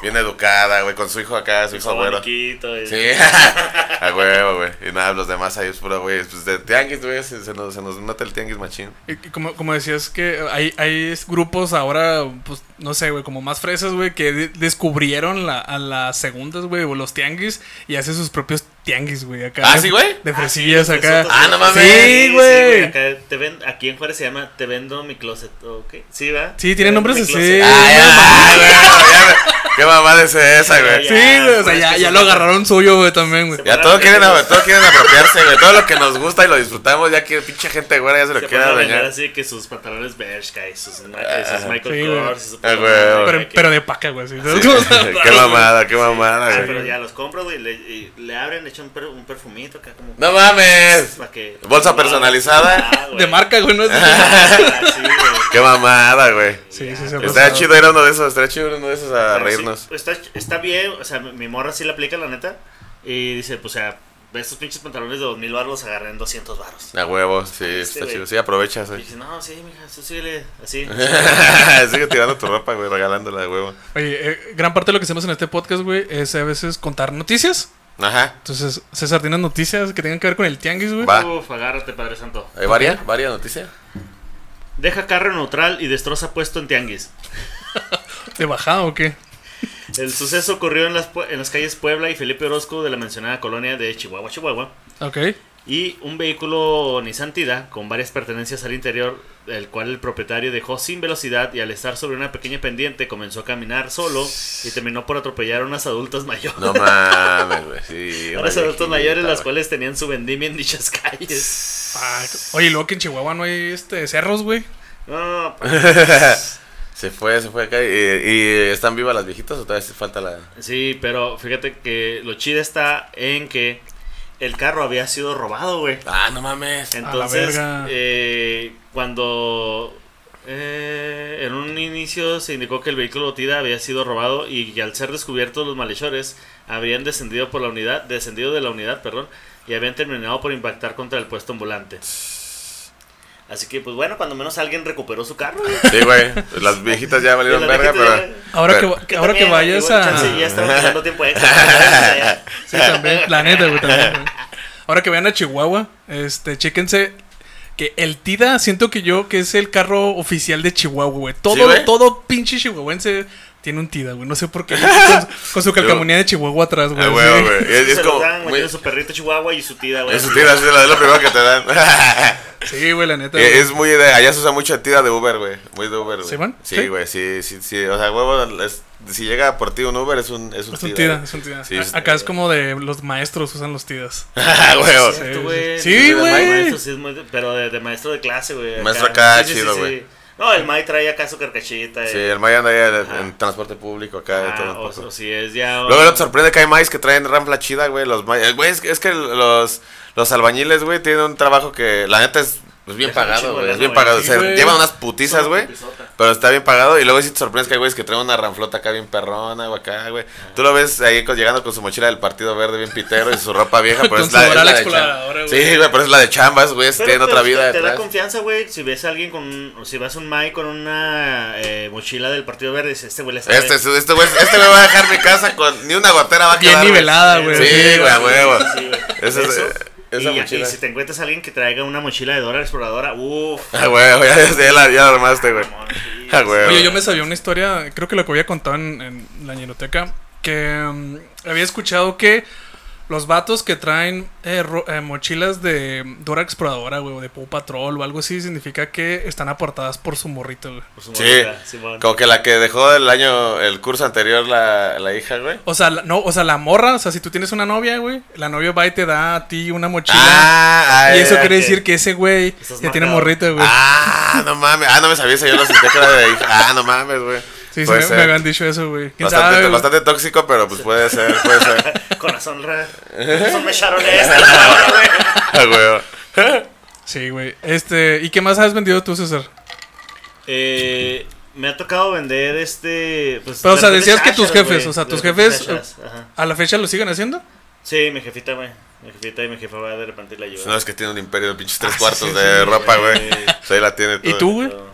[SPEAKER 3] Bien educada, güey, con su hijo acá, su hijo abuelo.
[SPEAKER 2] abaniquito, y-
[SPEAKER 3] Sí, a huevo, güey. Y nada, los demás ahí es puro, güey. Pues de tianguis, güey, se, se nos, se nos nota el tianguis machín.
[SPEAKER 1] Y- y como, como decías que hay, hay grupos ahora, pues, no sé, güey, como más fresas, güey, que de- descubrieron la, a las segundas, güey, o los tianguis, y hacen sus propios tianguis, güey, acá.
[SPEAKER 3] ¿Ah,
[SPEAKER 1] de-
[SPEAKER 3] sí, güey?
[SPEAKER 1] De fresillas Pues acá.
[SPEAKER 3] Ah, no mames.
[SPEAKER 1] Sí, güey.
[SPEAKER 2] acá te ven- aquí en Juárez se llama Te vendo mi closet, ¿ok? Sí, va.
[SPEAKER 1] Sí, tienen nombres así.
[SPEAKER 3] Ah, ya, güey, ya, güey. Qué mamada es esa, güey.
[SPEAKER 1] Sí, güey, o sea,
[SPEAKER 2] Pues,
[SPEAKER 1] ya,
[SPEAKER 2] que
[SPEAKER 1] ya
[SPEAKER 2] se
[SPEAKER 1] lo
[SPEAKER 2] mata.
[SPEAKER 1] agarraron suyo, güey, también, güey.
[SPEAKER 2] Se
[SPEAKER 3] Ya
[SPEAKER 2] mata.
[SPEAKER 3] todos quieren, a- todos quieren apropiarse, güey. Todo lo que nos gusta y lo disfrutamos, ya que pinche gente, güey, ya se lo
[SPEAKER 2] Se
[SPEAKER 3] quiere
[SPEAKER 2] pueden vender
[SPEAKER 3] dañar.
[SPEAKER 2] así que sus pantalones Bershka y sus, ma- y sus Michael
[SPEAKER 1] Sí, güey.
[SPEAKER 2] Kors. y sus-
[SPEAKER 3] Ah, güey.
[SPEAKER 1] Pero,
[SPEAKER 2] que-
[SPEAKER 1] pero de paca, güey. así, ¿sabes? O sea,
[SPEAKER 3] Qué mamada, qué
[SPEAKER 2] Ah,
[SPEAKER 3] mamada,
[SPEAKER 2] pero
[SPEAKER 3] güey.
[SPEAKER 2] ya los compro, güey, le- y le abren, le echan un per- un perfumito acá como...
[SPEAKER 3] No mames.
[SPEAKER 2] para que-
[SPEAKER 3] Bolsa
[SPEAKER 2] Ah,
[SPEAKER 3] personalizada.
[SPEAKER 2] ah, güey.
[SPEAKER 1] De marca, güey, ¿no?
[SPEAKER 2] Ah, sí, güey. pues,
[SPEAKER 3] Qué mamada, güey.
[SPEAKER 1] Sí, sí, se ha
[SPEAKER 3] Está
[SPEAKER 1] pasado.
[SPEAKER 3] chido ir a uno de esos, está chido ir a uno de esos a
[SPEAKER 2] Pero sí,
[SPEAKER 3] reírnos.
[SPEAKER 2] pues, está, está bien, o sea, mi- mi morra sí la aplica, la neta. Y dice, pues, o sea, estos pinches pantalones de 2000 baros los agarré en 200 baros.
[SPEAKER 3] A huevo, sí, está
[SPEAKER 2] güey.
[SPEAKER 3] chido. Ah, Sí, aprovechas,
[SPEAKER 2] Y
[SPEAKER 3] güey.
[SPEAKER 2] dice, no, sí, mija, tú síguele, así.
[SPEAKER 3] Sigue tirando tu ropa, güey, regalándola de huevo.
[SPEAKER 1] Oye, eh, gran parte de lo que hacemos en este podcast, güey, es a veces contar noticias.
[SPEAKER 3] Ajá.
[SPEAKER 1] Entonces, César, ¿tienes noticias que tengan que ver con el tianguis, güey?
[SPEAKER 3] Va.
[SPEAKER 2] Uf, agárrate, Padre Santo.
[SPEAKER 3] ¿Hay varias? ¿Varias noticias?
[SPEAKER 2] Deja carro neutral y destroza puesto en tianguis.
[SPEAKER 1] ¿De bajada o qué?
[SPEAKER 2] El suceso ocurrió en las, pue- en las calles Puebla y Felipe Orozco de la mencionada colonia de Chihuahua, Chihuahua.
[SPEAKER 1] Ok.
[SPEAKER 2] Y un vehículo Nissan Tida con varias pertenencias al interior, el cual el propietario dejó sin velocidad y al estar sobre una pequeña pendiente comenzó a caminar solo y terminó por atropellar a unas adultas mayores.
[SPEAKER 3] No mames, güey. Sí,
[SPEAKER 2] a
[SPEAKER 3] una
[SPEAKER 2] unas adultas
[SPEAKER 3] viejita,
[SPEAKER 2] mayores las
[SPEAKER 3] güey.
[SPEAKER 2] cuales tenían su vendimia en dichas calles.
[SPEAKER 1] Ah, oye, luego que en Chihuahua no hay este cerros, güey.
[SPEAKER 2] No, no, no, pa-
[SPEAKER 3] se fue, se fue acá. ¿Y, y están vivas las viejitas o todavía falta la.?
[SPEAKER 2] sí, pero fíjate que lo chido está en que el carro había sido robado, güey.
[SPEAKER 3] Ah, no mames.
[SPEAKER 2] Entonces,
[SPEAKER 1] verga.
[SPEAKER 2] eh, cuando eh, en un inicio se indicó que el vehículo Tida había sido robado y, que al ser descubiertos los malhechores habrían descendido por la unidad, descendido de la unidad, perdón, y habían terminado por impactar contra el puesto ambulante. Así que, pues bueno, cuando menos alguien recuperó su carro. güey.
[SPEAKER 3] Sí, güey. Las viejitas ya
[SPEAKER 2] Y
[SPEAKER 3] valieron
[SPEAKER 2] la
[SPEAKER 3] verga,
[SPEAKER 2] gente
[SPEAKER 3] pero.
[SPEAKER 2] ya-
[SPEAKER 1] Ahora que,
[SPEAKER 3] Pero-
[SPEAKER 1] va- que ahora que
[SPEAKER 2] también,
[SPEAKER 1] vayas
[SPEAKER 2] igual,
[SPEAKER 1] a.
[SPEAKER 2] chance, ya estamos dando tiempo extra. ya.
[SPEAKER 1] Sí, también. La neta, güey, también, güey. Ahora que vayan a Chihuahua, este, chéquense que el Tida, siento que yo, que es el carro oficial de Chihuahua, güey. Todo,
[SPEAKER 3] ¿Sí, güey?
[SPEAKER 1] todo pinche chihuahuense tiene un Tida, güey. No sé por qué. Con, con su calcamonía de Chihuahua atrás, güey.
[SPEAKER 3] Ah,
[SPEAKER 1] sí.
[SPEAKER 3] huevo, güey. Es, es
[SPEAKER 2] Se lo
[SPEAKER 3] como.
[SPEAKER 2] dan, güey,
[SPEAKER 3] güey,
[SPEAKER 2] tiene su perrito chihuahua y su tida, güey.
[SPEAKER 3] Es su tira, sí, es lo primero que te dan.
[SPEAKER 1] Sí, güey, la neta.
[SPEAKER 3] Eh, es muy de. Allá se usa mucho tira de Uber, güey. Muy de Uber, güey.
[SPEAKER 1] ¿Sí, man?
[SPEAKER 3] Sí,
[SPEAKER 1] Sí.
[SPEAKER 3] güey, sí, sí, sí. O sea, huevo, es- si llega por ti un Uber, es un, es un
[SPEAKER 1] Es un
[SPEAKER 3] tira,
[SPEAKER 1] tida,
[SPEAKER 3] güey.
[SPEAKER 1] es un tida.
[SPEAKER 3] Sí,
[SPEAKER 1] A-
[SPEAKER 3] es-
[SPEAKER 1] Acá es como de los maestros usan los tidas.
[SPEAKER 3] Ah, huevo.
[SPEAKER 1] Sí,
[SPEAKER 2] Tú, güey.
[SPEAKER 1] Sí,
[SPEAKER 2] de
[SPEAKER 1] güey.
[SPEAKER 2] maestro, sí es muy de- pero de, de maestro de clase, güey.
[SPEAKER 3] Maestro acá, chido, güey.
[SPEAKER 2] No, el Mike trae acá su carcachita.
[SPEAKER 3] Sí,
[SPEAKER 2] eh.
[SPEAKER 3] el Maya anda ahí en- en
[SPEAKER 2] Ah.
[SPEAKER 3] transporte público acá. de
[SPEAKER 2] Ah,
[SPEAKER 3] todo un
[SPEAKER 2] o,
[SPEAKER 3] poco.
[SPEAKER 2] o si es ya.
[SPEAKER 3] Luego luego te sorprende que hay maíz que traen rampla chida, güey. Los maíz, güey, es, que- es que los, los albañiles, güey, tienen un trabajo que la neta es pues, bien
[SPEAKER 2] Deja un
[SPEAKER 3] pagado,
[SPEAKER 2] chingo de
[SPEAKER 3] güey.
[SPEAKER 2] lana,
[SPEAKER 3] Es bien
[SPEAKER 2] güey.
[SPEAKER 3] pagado.
[SPEAKER 1] Sí,
[SPEAKER 3] Se
[SPEAKER 1] güey.
[SPEAKER 3] llevan unas putizas, güey. Pero está bien pagado. Y luego sí te sorprendes que hay güeyes que traen una ranflota acá bien perrona, güey, acá, güey. Tú lo ves ahí con- llegando con su mochila del partido verde bien pitero y su ropa vieja, pero
[SPEAKER 1] Con
[SPEAKER 3] es
[SPEAKER 1] su
[SPEAKER 3] la, es
[SPEAKER 1] moral
[SPEAKER 3] la de
[SPEAKER 1] exploradora,
[SPEAKER 3] chambas.
[SPEAKER 1] güey.
[SPEAKER 3] Sí, güey, pero es la de chambas, güey.
[SPEAKER 2] Pero-
[SPEAKER 3] Tienen
[SPEAKER 2] pero
[SPEAKER 3] otra
[SPEAKER 2] te-
[SPEAKER 3] vida
[SPEAKER 2] Te da
[SPEAKER 3] detrás.
[SPEAKER 2] confianza, güey. Si ves a alguien con. un- o Si vas a un Mike con una eh, mochila del Partido Verde, dices, este güey le sabe.
[SPEAKER 3] Este, este, güey, este güey va a dejar mi casa con ni una gotera va a
[SPEAKER 1] Bien
[SPEAKER 3] quedar, güey.
[SPEAKER 1] nivelada, Ah, güey.
[SPEAKER 3] Sí, güey, a huevo.
[SPEAKER 2] Sí, güey.
[SPEAKER 3] Esa es-
[SPEAKER 2] Eso.
[SPEAKER 3] esa
[SPEAKER 2] y, y
[SPEAKER 3] mochila.
[SPEAKER 2] si te encuentras a alguien que traiga una mochila de dólar exploradora, uff.
[SPEAKER 3] Ah, güey, güey, ya, ya la, ya la armaste, güey. Ah, güey.
[SPEAKER 1] Oye, yo me sabía una historia, creo que lo que había contado en, en la ñeroteca, que mm, había escuchado que los vatos que traen eh, ro- eh, mochilas de Dora Exploradora, güey, o de Paw Patrol o algo así, significa que están aportadas por su morrito, güey.
[SPEAKER 2] Por su
[SPEAKER 3] Sí,
[SPEAKER 2] mochila, Simón.
[SPEAKER 3] como que la que dejó el año, el curso anterior la, la hija, güey.
[SPEAKER 1] O sea, la- no, o sea, la morra, o sea, si tú tienes una novia, güey, la novia va y te da a ti una mochila.
[SPEAKER 3] Ah, ah,
[SPEAKER 1] y eso
[SPEAKER 3] ya.
[SPEAKER 1] quiere
[SPEAKER 2] que-
[SPEAKER 1] decir que ese güey
[SPEAKER 2] Estás
[SPEAKER 1] ya tiene
[SPEAKER 2] marcado.
[SPEAKER 1] morrito, güey.
[SPEAKER 3] Ah, no mames. Ah, no me sabía eso. Yo lo sentía que era de hija. Ah, no mames, güey.
[SPEAKER 1] sí, sí,
[SPEAKER 3] Puede
[SPEAKER 1] me,
[SPEAKER 3] ser.
[SPEAKER 1] me habían dicho eso, güey. ¿Quién
[SPEAKER 3] Bastante,
[SPEAKER 1] sabe? güey?
[SPEAKER 3] bastante tóxico, pero pues puede ser, puede ser.
[SPEAKER 2] Con razón, re. Con razón me echaron esta, cabrón, güey.
[SPEAKER 3] Ah, güey.
[SPEAKER 1] Sí, güey. Este, ¿y qué más has vendido tú, César?
[SPEAKER 2] Eh, me ha tocado vender este. Pues,
[SPEAKER 1] Pero, o
[SPEAKER 2] de
[SPEAKER 1] sea,
[SPEAKER 2] repente
[SPEAKER 1] decías que tus
[SPEAKER 2] chachas,
[SPEAKER 1] jefes,
[SPEAKER 2] güey,
[SPEAKER 1] o sea,
[SPEAKER 2] de
[SPEAKER 1] tus
[SPEAKER 2] repente
[SPEAKER 1] jefes,
[SPEAKER 2] chachas, ajá.
[SPEAKER 1] ¿A la fecha lo siguen haciendo?
[SPEAKER 2] Sí, mi jefita, güey. Mi jefita y mi jefa va de repente y la ayuda.
[SPEAKER 3] No es que tiene un imperio de pinches tres
[SPEAKER 1] Ah, sí,
[SPEAKER 3] cuartos
[SPEAKER 1] sí,
[SPEAKER 3] de
[SPEAKER 2] sí,
[SPEAKER 3] ropa, güey.
[SPEAKER 2] güey.
[SPEAKER 3] Sí, ahí la tiene todo.
[SPEAKER 1] ¿Y tú, güey?
[SPEAKER 2] Pero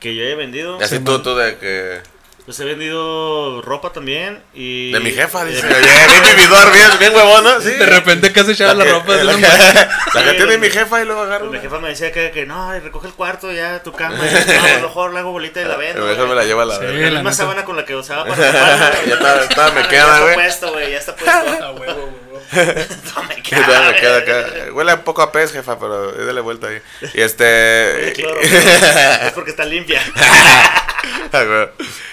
[SPEAKER 2] Que yo haya vendido.
[SPEAKER 3] Y así
[SPEAKER 1] Sí,
[SPEAKER 3] tú,
[SPEAKER 1] man.
[SPEAKER 3] tú de que.
[SPEAKER 2] Pues he vendido ropa también y...
[SPEAKER 3] De mi
[SPEAKER 2] y
[SPEAKER 3] jefa,
[SPEAKER 2] de
[SPEAKER 3] dice.
[SPEAKER 2] mi-
[SPEAKER 3] Oye, bien vividor, bien, bien huevón, ¿no? Sí.
[SPEAKER 1] De repente casi echaba la ropa.
[SPEAKER 3] La
[SPEAKER 1] así,
[SPEAKER 3] que, la que
[SPEAKER 2] Sí,
[SPEAKER 3] tiene
[SPEAKER 2] güey.
[SPEAKER 3] mi jefa y luego agarro.
[SPEAKER 2] Pues mi
[SPEAKER 3] una.
[SPEAKER 2] jefa me decía que, que no, ay, recoge el cuarto ya, tu cama. Y yo, no, a lo mejor la hago bolita y la
[SPEAKER 3] Mi
[SPEAKER 2] vendo.
[SPEAKER 3] jefa
[SPEAKER 2] güey.
[SPEAKER 3] me la lleva a la.
[SPEAKER 1] Sí.
[SPEAKER 3] verga.
[SPEAKER 2] La
[SPEAKER 1] la
[SPEAKER 2] misma
[SPEAKER 1] neta.
[SPEAKER 2] sábana con la que usaba para la
[SPEAKER 3] Ya está- está- me queda,
[SPEAKER 2] Ya
[SPEAKER 3] güey.
[SPEAKER 2] está puesto, güey, ya está puesto. No me
[SPEAKER 3] Que todavía me queda
[SPEAKER 2] queda, güey.
[SPEAKER 3] acá. Huele un poco a pez, jefa, pero dale vuelta ahí. Y este.
[SPEAKER 2] Claro, güey. es porque está limpia.
[SPEAKER 3] Ah, güey.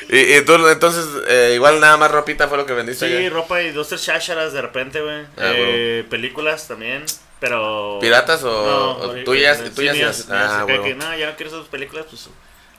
[SPEAKER 3] y, y tú, entonces, eh, igual nada más ropita fue lo que vendiste.
[SPEAKER 2] Sí,
[SPEAKER 3] ayer.
[SPEAKER 2] ropa y dos, tres chácharas de repente, güey.
[SPEAKER 3] Ah,
[SPEAKER 2] Eh, Películas también, pero...
[SPEAKER 3] ¿Piratas o- o
[SPEAKER 2] ori-
[SPEAKER 3] tuyas-
[SPEAKER 2] sí,
[SPEAKER 3] tuyas y
[SPEAKER 2] mías,
[SPEAKER 3] las-
[SPEAKER 2] mías,
[SPEAKER 3] ah,
[SPEAKER 2] acá
[SPEAKER 3] huevo.
[SPEAKER 2] que, no, ya no quiero esas películas, pues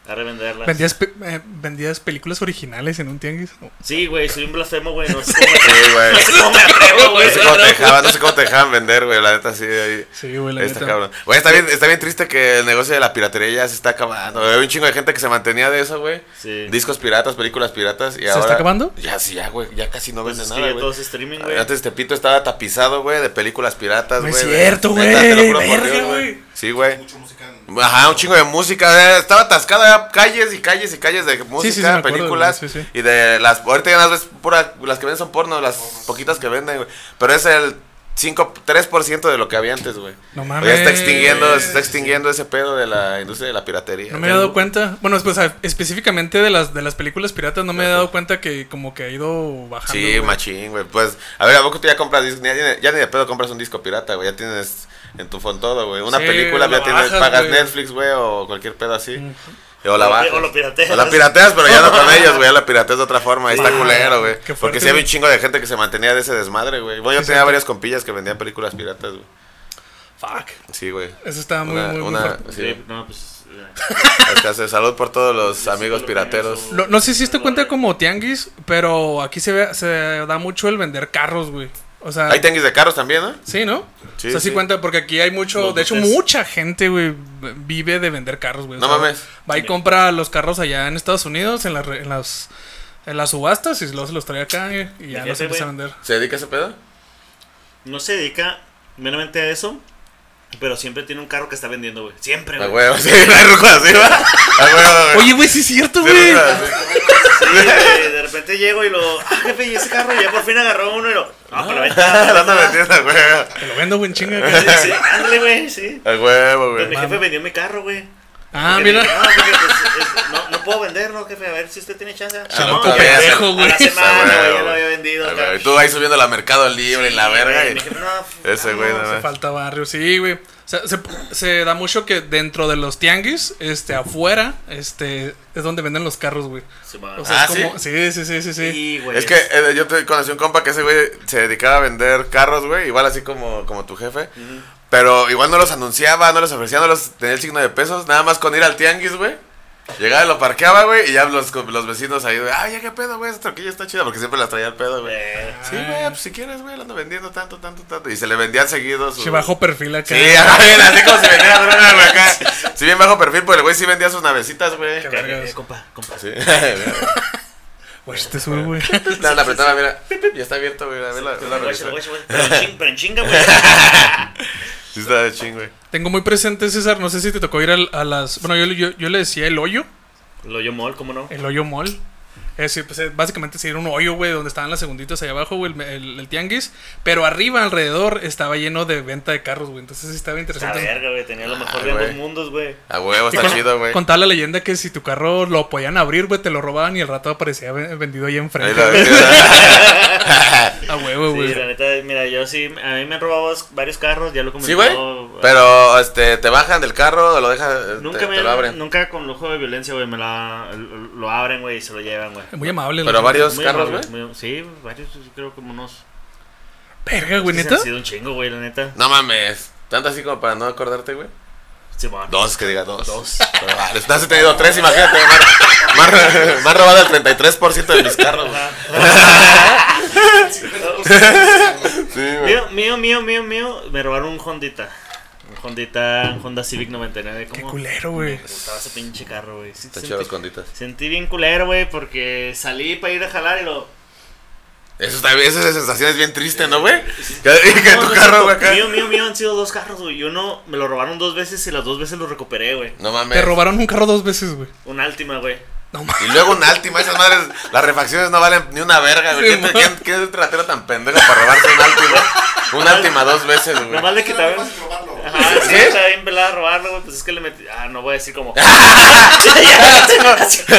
[SPEAKER 2] a revenderlas.
[SPEAKER 1] ¿Vendías, pe- eh, vendías películas originales en un tianguis?
[SPEAKER 2] Sí, güey, soy un blasfemo, güey. No sé cómo,
[SPEAKER 3] Sí, güey.
[SPEAKER 2] no sé cómo me atrevo,
[SPEAKER 3] No
[SPEAKER 2] güey.
[SPEAKER 3] sé cómo te dejaban, no sé cómo te dejaban vender, güey. La neta, sí. Ahí.
[SPEAKER 1] Sí, güey, la
[SPEAKER 3] Ahí Está
[SPEAKER 1] neta.
[SPEAKER 3] cabrón. Güey, está bien, está bien triste que el negocio de la piratería ya se está acabando. güey. Hay un chingo de gente que se mantenía de eso, güey.
[SPEAKER 2] Sí.
[SPEAKER 3] Discos piratas, películas piratas. Y
[SPEAKER 1] ¿Se
[SPEAKER 3] ahora,
[SPEAKER 1] está acabando?
[SPEAKER 3] Ya, sí, ya, güey. Ya casi no
[SPEAKER 2] Pues
[SPEAKER 3] venden
[SPEAKER 2] es que
[SPEAKER 3] nada,
[SPEAKER 2] ya
[SPEAKER 3] güey. Ah,
[SPEAKER 2] todo es streaming, güey.
[SPEAKER 3] Antes Tepito estaba tapizado, güey, de películas piratas,
[SPEAKER 1] No
[SPEAKER 3] güey.
[SPEAKER 1] es cierto,
[SPEAKER 3] Neta, te lo
[SPEAKER 1] güey,
[SPEAKER 3] juro por
[SPEAKER 1] verga,
[SPEAKER 3] Dios,
[SPEAKER 1] güey.
[SPEAKER 3] Sí, güey.
[SPEAKER 4] Mucho musical.
[SPEAKER 3] Ajá, un chingo de música. eh, Estaba atascada, era calles y calles y calles de música,
[SPEAKER 1] sí, sí, me acuerdo,
[SPEAKER 3] películas.
[SPEAKER 1] güey, sí, sí.
[SPEAKER 3] Y de las. Ahorita ya las ves pura. Las que venden son porno, las poquitas que venden, güey. Pero es el 5, 3% de lo que había antes, güey.
[SPEAKER 1] No
[SPEAKER 3] Oye,
[SPEAKER 1] mames.
[SPEAKER 3] está extinguiendo, se está extinguiendo ese pedo de la industria de la piratería.
[SPEAKER 1] No me he dado cuenta. Bueno, pues, o sea, específicamente de las, de las películas piratas, no me he dado cuenta que como que ha ido bajando.
[SPEAKER 3] Sí,
[SPEAKER 1] Ah, güey.
[SPEAKER 3] machín, güey. Pues, a ver, ¿a poco tú ya compras discos? Ya, ni- ya ni de pedo compras un disco pirata, güey. Ya tienes en tu phone todo, güey. Una
[SPEAKER 1] Sí,
[SPEAKER 3] película
[SPEAKER 1] lo
[SPEAKER 3] ya tienes,
[SPEAKER 1] bajas,
[SPEAKER 3] pagas
[SPEAKER 1] güey.
[SPEAKER 3] Netflix, güey, o cualquier pedo así. O
[SPEAKER 2] O
[SPEAKER 3] la
[SPEAKER 2] lo-
[SPEAKER 3] bajas.
[SPEAKER 2] o lo pirateas.
[SPEAKER 3] O la pirateas, pero ya no con ellos, güey. Ya la pirateas de otra forma. Ahí está
[SPEAKER 1] Sí.
[SPEAKER 3] culero, güey.
[SPEAKER 1] Ah, Qué fuerte,
[SPEAKER 3] Porque sí había
[SPEAKER 1] güey.
[SPEAKER 3] un chingo de gente que se mantenía de ese desmadre, güey. Bueno, yo
[SPEAKER 1] Sí,
[SPEAKER 3] tenía
[SPEAKER 1] sí.
[SPEAKER 3] varias compillas que vendían películas piratas, güey.
[SPEAKER 1] Fuck.
[SPEAKER 3] Sí, güey.
[SPEAKER 1] Eso estaba muy,
[SPEAKER 3] Una-
[SPEAKER 1] muy, muy
[SPEAKER 3] una-
[SPEAKER 1] fuerte.
[SPEAKER 3] sí.
[SPEAKER 2] Sí, no, pues. eh,
[SPEAKER 3] Acá se- Salud por todos los
[SPEAKER 2] Sí,
[SPEAKER 3] amigos
[SPEAKER 2] lo que
[SPEAKER 3] pirateros.
[SPEAKER 2] hizo.
[SPEAKER 1] No, no sé si esto cuenta como tianguis, pero aquí se, ve, se da mucho el vender carros, güey. O sea,
[SPEAKER 3] Hay tianguis de carros también, ¿no?
[SPEAKER 1] sí, ¿no?
[SPEAKER 3] Sí,
[SPEAKER 1] o sea, sí,
[SPEAKER 3] sí.
[SPEAKER 1] cuenta porque aquí hay mucho,
[SPEAKER 2] Los
[SPEAKER 1] de hecho,
[SPEAKER 2] botes.
[SPEAKER 1] mucha gente, güey, vive de vender carros, güey. O
[SPEAKER 3] No
[SPEAKER 1] sea,
[SPEAKER 3] mames.
[SPEAKER 1] Va y compra los carros allá en Estados Unidos, en, las re- en las en las subastas y luego se los trae acá güey, y ya
[SPEAKER 2] Fíjate,
[SPEAKER 1] los empieza a
[SPEAKER 2] güey.
[SPEAKER 1] vender.
[SPEAKER 3] ¿Se dedica a ese pedo?
[SPEAKER 2] No se dedica meramente a eso, pero siempre tiene un carro que está vendiendo, güey. Siempre,
[SPEAKER 3] A
[SPEAKER 2] güey.
[SPEAKER 3] huevo, sí, la ruco así, va. A huevo, güey.
[SPEAKER 1] Oye, güey, sí es cierto,
[SPEAKER 3] Sí,
[SPEAKER 1] güey. Ah,
[SPEAKER 3] ruco así.
[SPEAKER 2] Sí, güey, de repente llego y lo. Ah, jefe, y ese carro ya por fin agarró uno y lo. Ah, para la venta,
[SPEAKER 3] Ah,
[SPEAKER 2] para
[SPEAKER 3] no
[SPEAKER 2] la
[SPEAKER 3] te
[SPEAKER 2] venta.
[SPEAKER 3] metiste, güey.
[SPEAKER 1] Te lo vendo, güey, en chinga.
[SPEAKER 2] Sí,
[SPEAKER 1] acá.
[SPEAKER 2] sí, ándale, güey, sí.
[SPEAKER 3] A huevo,
[SPEAKER 2] Pues mi
[SPEAKER 3] güey.
[SPEAKER 2] jefe vendió mi carro, güey.
[SPEAKER 1] Ah,
[SPEAKER 2] Porque
[SPEAKER 1] mira.
[SPEAKER 2] dije, No, jefe, pues, es- no, no puedo vender, no, jefe. A ver si usted tiene chance.
[SPEAKER 3] Ah,
[SPEAKER 2] no,
[SPEAKER 1] Chamuco
[SPEAKER 3] está bien,
[SPEAKER 1] pendejo,
[SPEAKER 3] a
[SPEAKER 2] a la
[SPEAKER 1] güey.
[SPEAKER 2] semana,
[SPEAKER 3] huevo,
[SPEAKER 2] güey, ya lo
[SPEAKER 3] güey.
[SPEAKER 2] había vendido.
[SPEAKER 3] A
[SPEAKER 2] acá.
[SPEAKER 3] huevo, y Tú ahí subiendo la Mercado Libre y la verga.
[SPEAKER 2] Güey,
[SPEAKER 3] y-
[SPEAKER 2] mi jefe, no,
[SPEAKER 3] Ese güey,
[SPEAKER 2] vamos.
[SPEAKER 3] no,
[SPEAKER 1] Se falta barrio, sí, güey. O sea, se, se da mucho que dentro de los tianguis, este, afuera, este, es donde venden los carros, güey.
[SPEAKER 2] Simón.
[SPEAKER 1] O sea,
[SPEAKER 3] Ah,
[SPEAKER 1] es como, sí, sí, sí, sí, sí.
[SPEAKER 2] Sí, güey.
[SPEAKER 3] Es que eh, yo te- conocí un compa que ese güey se dedicaba a vender carros, güey, igual así como, como tu jefe. Pero igual no los anunciaba, no los ofrecía, no los tenía el signo de pesos, nada más con ir al tianguis, güey. Llegaba, lo parqueaba, güey, y ya los, co- los vecinos ahí, güey, ah, ya qué pedo, güey, esa troquilla está chida, porque siempre las traía al pedo, güey.
[SPEAKER 2] Eh,
[SPEAKER 3] Sí, güey, pues si quieres, güey, la ando vendiendo tanto, tanto, tanto. Y se le vendían seguidos.
[SPEAKER 1] Sí, bajo perfil acá.
[SPEAKER 3] Sí, ajá, bien, así como si vendiera droga, güey, acá. Sí, bien bajo perfil, pero el güey sí vendía sus navecitas, güey.
[SPEAKER 1] Qué vergas.
[SPEAKER 2] eh, compa, compa.
[SPEAKER 3] Sí.
[SPEAKER 1] Güey, te sube, güey.
[SPEAKER 3] la, la apretaba, mira, ya está abierto, güey, a ver la, ve la
[SPEAKER 2] Guacha,
[SPEAKER 3] revista.
[SPEAKER 2] guacha, guacha. Pero en ching- pero en chinga, güey.
[SPEAKER 3] Sí, está de ching, güey.
[SPEAKER 1] Tengo muy presente, César, no sé si te tocó ir al- a las... Bueno, yo, yo, yo le decía el hoyo,
[SPEAKER 2] Lo yo mol, ¿cómo no?
[SPEAKER 1] el hoyo mall. Es decir, pues, eh, básicamente sí era un hoyo, güey, donde estaban las segunditas allá abajo, güey, el, el- el tianguis. Pero arriba, alrededor, estaba lleno de venta de carros, güey. Entonces sí estaba
[SPEAKER 2] La
[SPEAKER 1] interesante.
[SPEAKER 2] verga, güey. Tenía lo mejor
[SPEAKER 3] Ah,
[SPEAKER 2] de ambos
[SPEAKER 3] güey.
[SPEAKER 2] mundos, güey.
[SPEAKER 3] A huevo, está chido, güey.
[SPEAKER 1] Contaba la leyenda que si tu carro lo podían abrir, güey, te lo robaban y el rato aparecía ven- vendido ahí
[SPEAKER 3] Ahí
[SPEAKER 1] enfrente.
[SPEAKER 3] la
[SPEAKER 1] güey.
[SPEAKER 3] ves.
[SPEAKER 1] A huevo, Oh, güey.
[SPEAKER 2] Sí, la neta, mira, yo sí. A mí me han robado varios carros, ya lo comentó.
[SPEAKER 3] Sí, güey. Pero, este, te bajan del carro, lo dejan, eh,
[SPEAKER 2] Nunca
[SPEAKER 3] te,
[SPEAKER 2] me
[SPEAKER 3] te lo
[SPEAKER 2] han-
[SPEAKER 3] abren.
[SPEAKER 2] Nunca con lujo de violencia, güey. Me la, lo abren, güey, y se lo llevan, güey.
[SPEAKER 1] Muy amable. la
[SPEAKER 3] Pero
[SPEAKER 1] neta.
[SPEAKER 3] varios
[SPEAKER 2] Muy
[SPEAKER 3] carros, güey.
[SPEAKER 2] amables, muy- Sí, varios, creo como unos.
[SPEAKER 1] Verga, güey,
[SPEAKER 2] Sí, se
[SPEAKER 1] neta.
[SPEAKER 2] han sido un chingo, güey, la neta.
[SPEAKER 3] No mames. Tanto así como para no acordarte, güey.
[SPEAKER 2] Sí, va.
[SPEAKER 3] Dos, que diga dos.
[SPEAKER 2] Dos.
[SPEAKER 3] Pero, ah, les- no has tenido tres, imagínate. Más, más, más robado el 33% de mis carros. güey. Sí, güey.
[SPEAKER 2] Mío, mío, mío, mío, mío, me robaron un Hondita. Un Hondita, un Honda Civic 99.
[SPEAKER 1] Qué
[SPEAKER 2] ¿cómo?
[SPEAKER 1] culero, güey.
[SPEAKER 2] Me gustaba ese pinche carro, güey. Sí,
[SPEAKER 3] Están
[SPEAKER 2] sentí-
[SPEAKER 3] chidas las conditas.
[SPEAKER 2] Sentí bien culero, güey, porque salí para ir a jalar y lo.
[SPEAKER 3] Eso está bien, esa sensación es bien triste, ¿no, güey? Que, que
[SPEAKER 2] No,
[SPEAKER 3] tu
[SPEAKER 2] no,
[SPEAKER 3] carro,
[SPEAKER 2] no,
[SPEAKER 3] güey, acá.
[SPEAKER 2] Mío, mío, mío han sido dos carros, güey. Y uno me lo robaron dos veces y las dos veces lo recuperé, güey.
[SPEAKER 3] No mames.
[SPEAKER 1] Te robaron un carro dos veces, güey.
[SPEAKER 2] Una última, güey.
[SPEAKER 1] No mames.
[SPEAKER 3] Y luego un Altima, esas madres, las refacciones no valen ni una verga, güey.
[SPEAKER 1] Sí,
[SPEAKER 3] ¿Quién,
[SPEAKER 1] ma.
[SPEAKER 3] quién, quién es el ratero tan pendejo para robarse un Altima? Un Altima dos veces, güey.
[SPEAKER 2] Nomás le quitaron.
[SPEAKER 4] Vamos a probarlo.
[SPEAKER 2] Ajá, sí,
[SPEAKER 3] ¿Eh?
[SPEAKER 2] está bien pelada robarlo, güey. Pues es que le metí. Ah, no voy a decir como.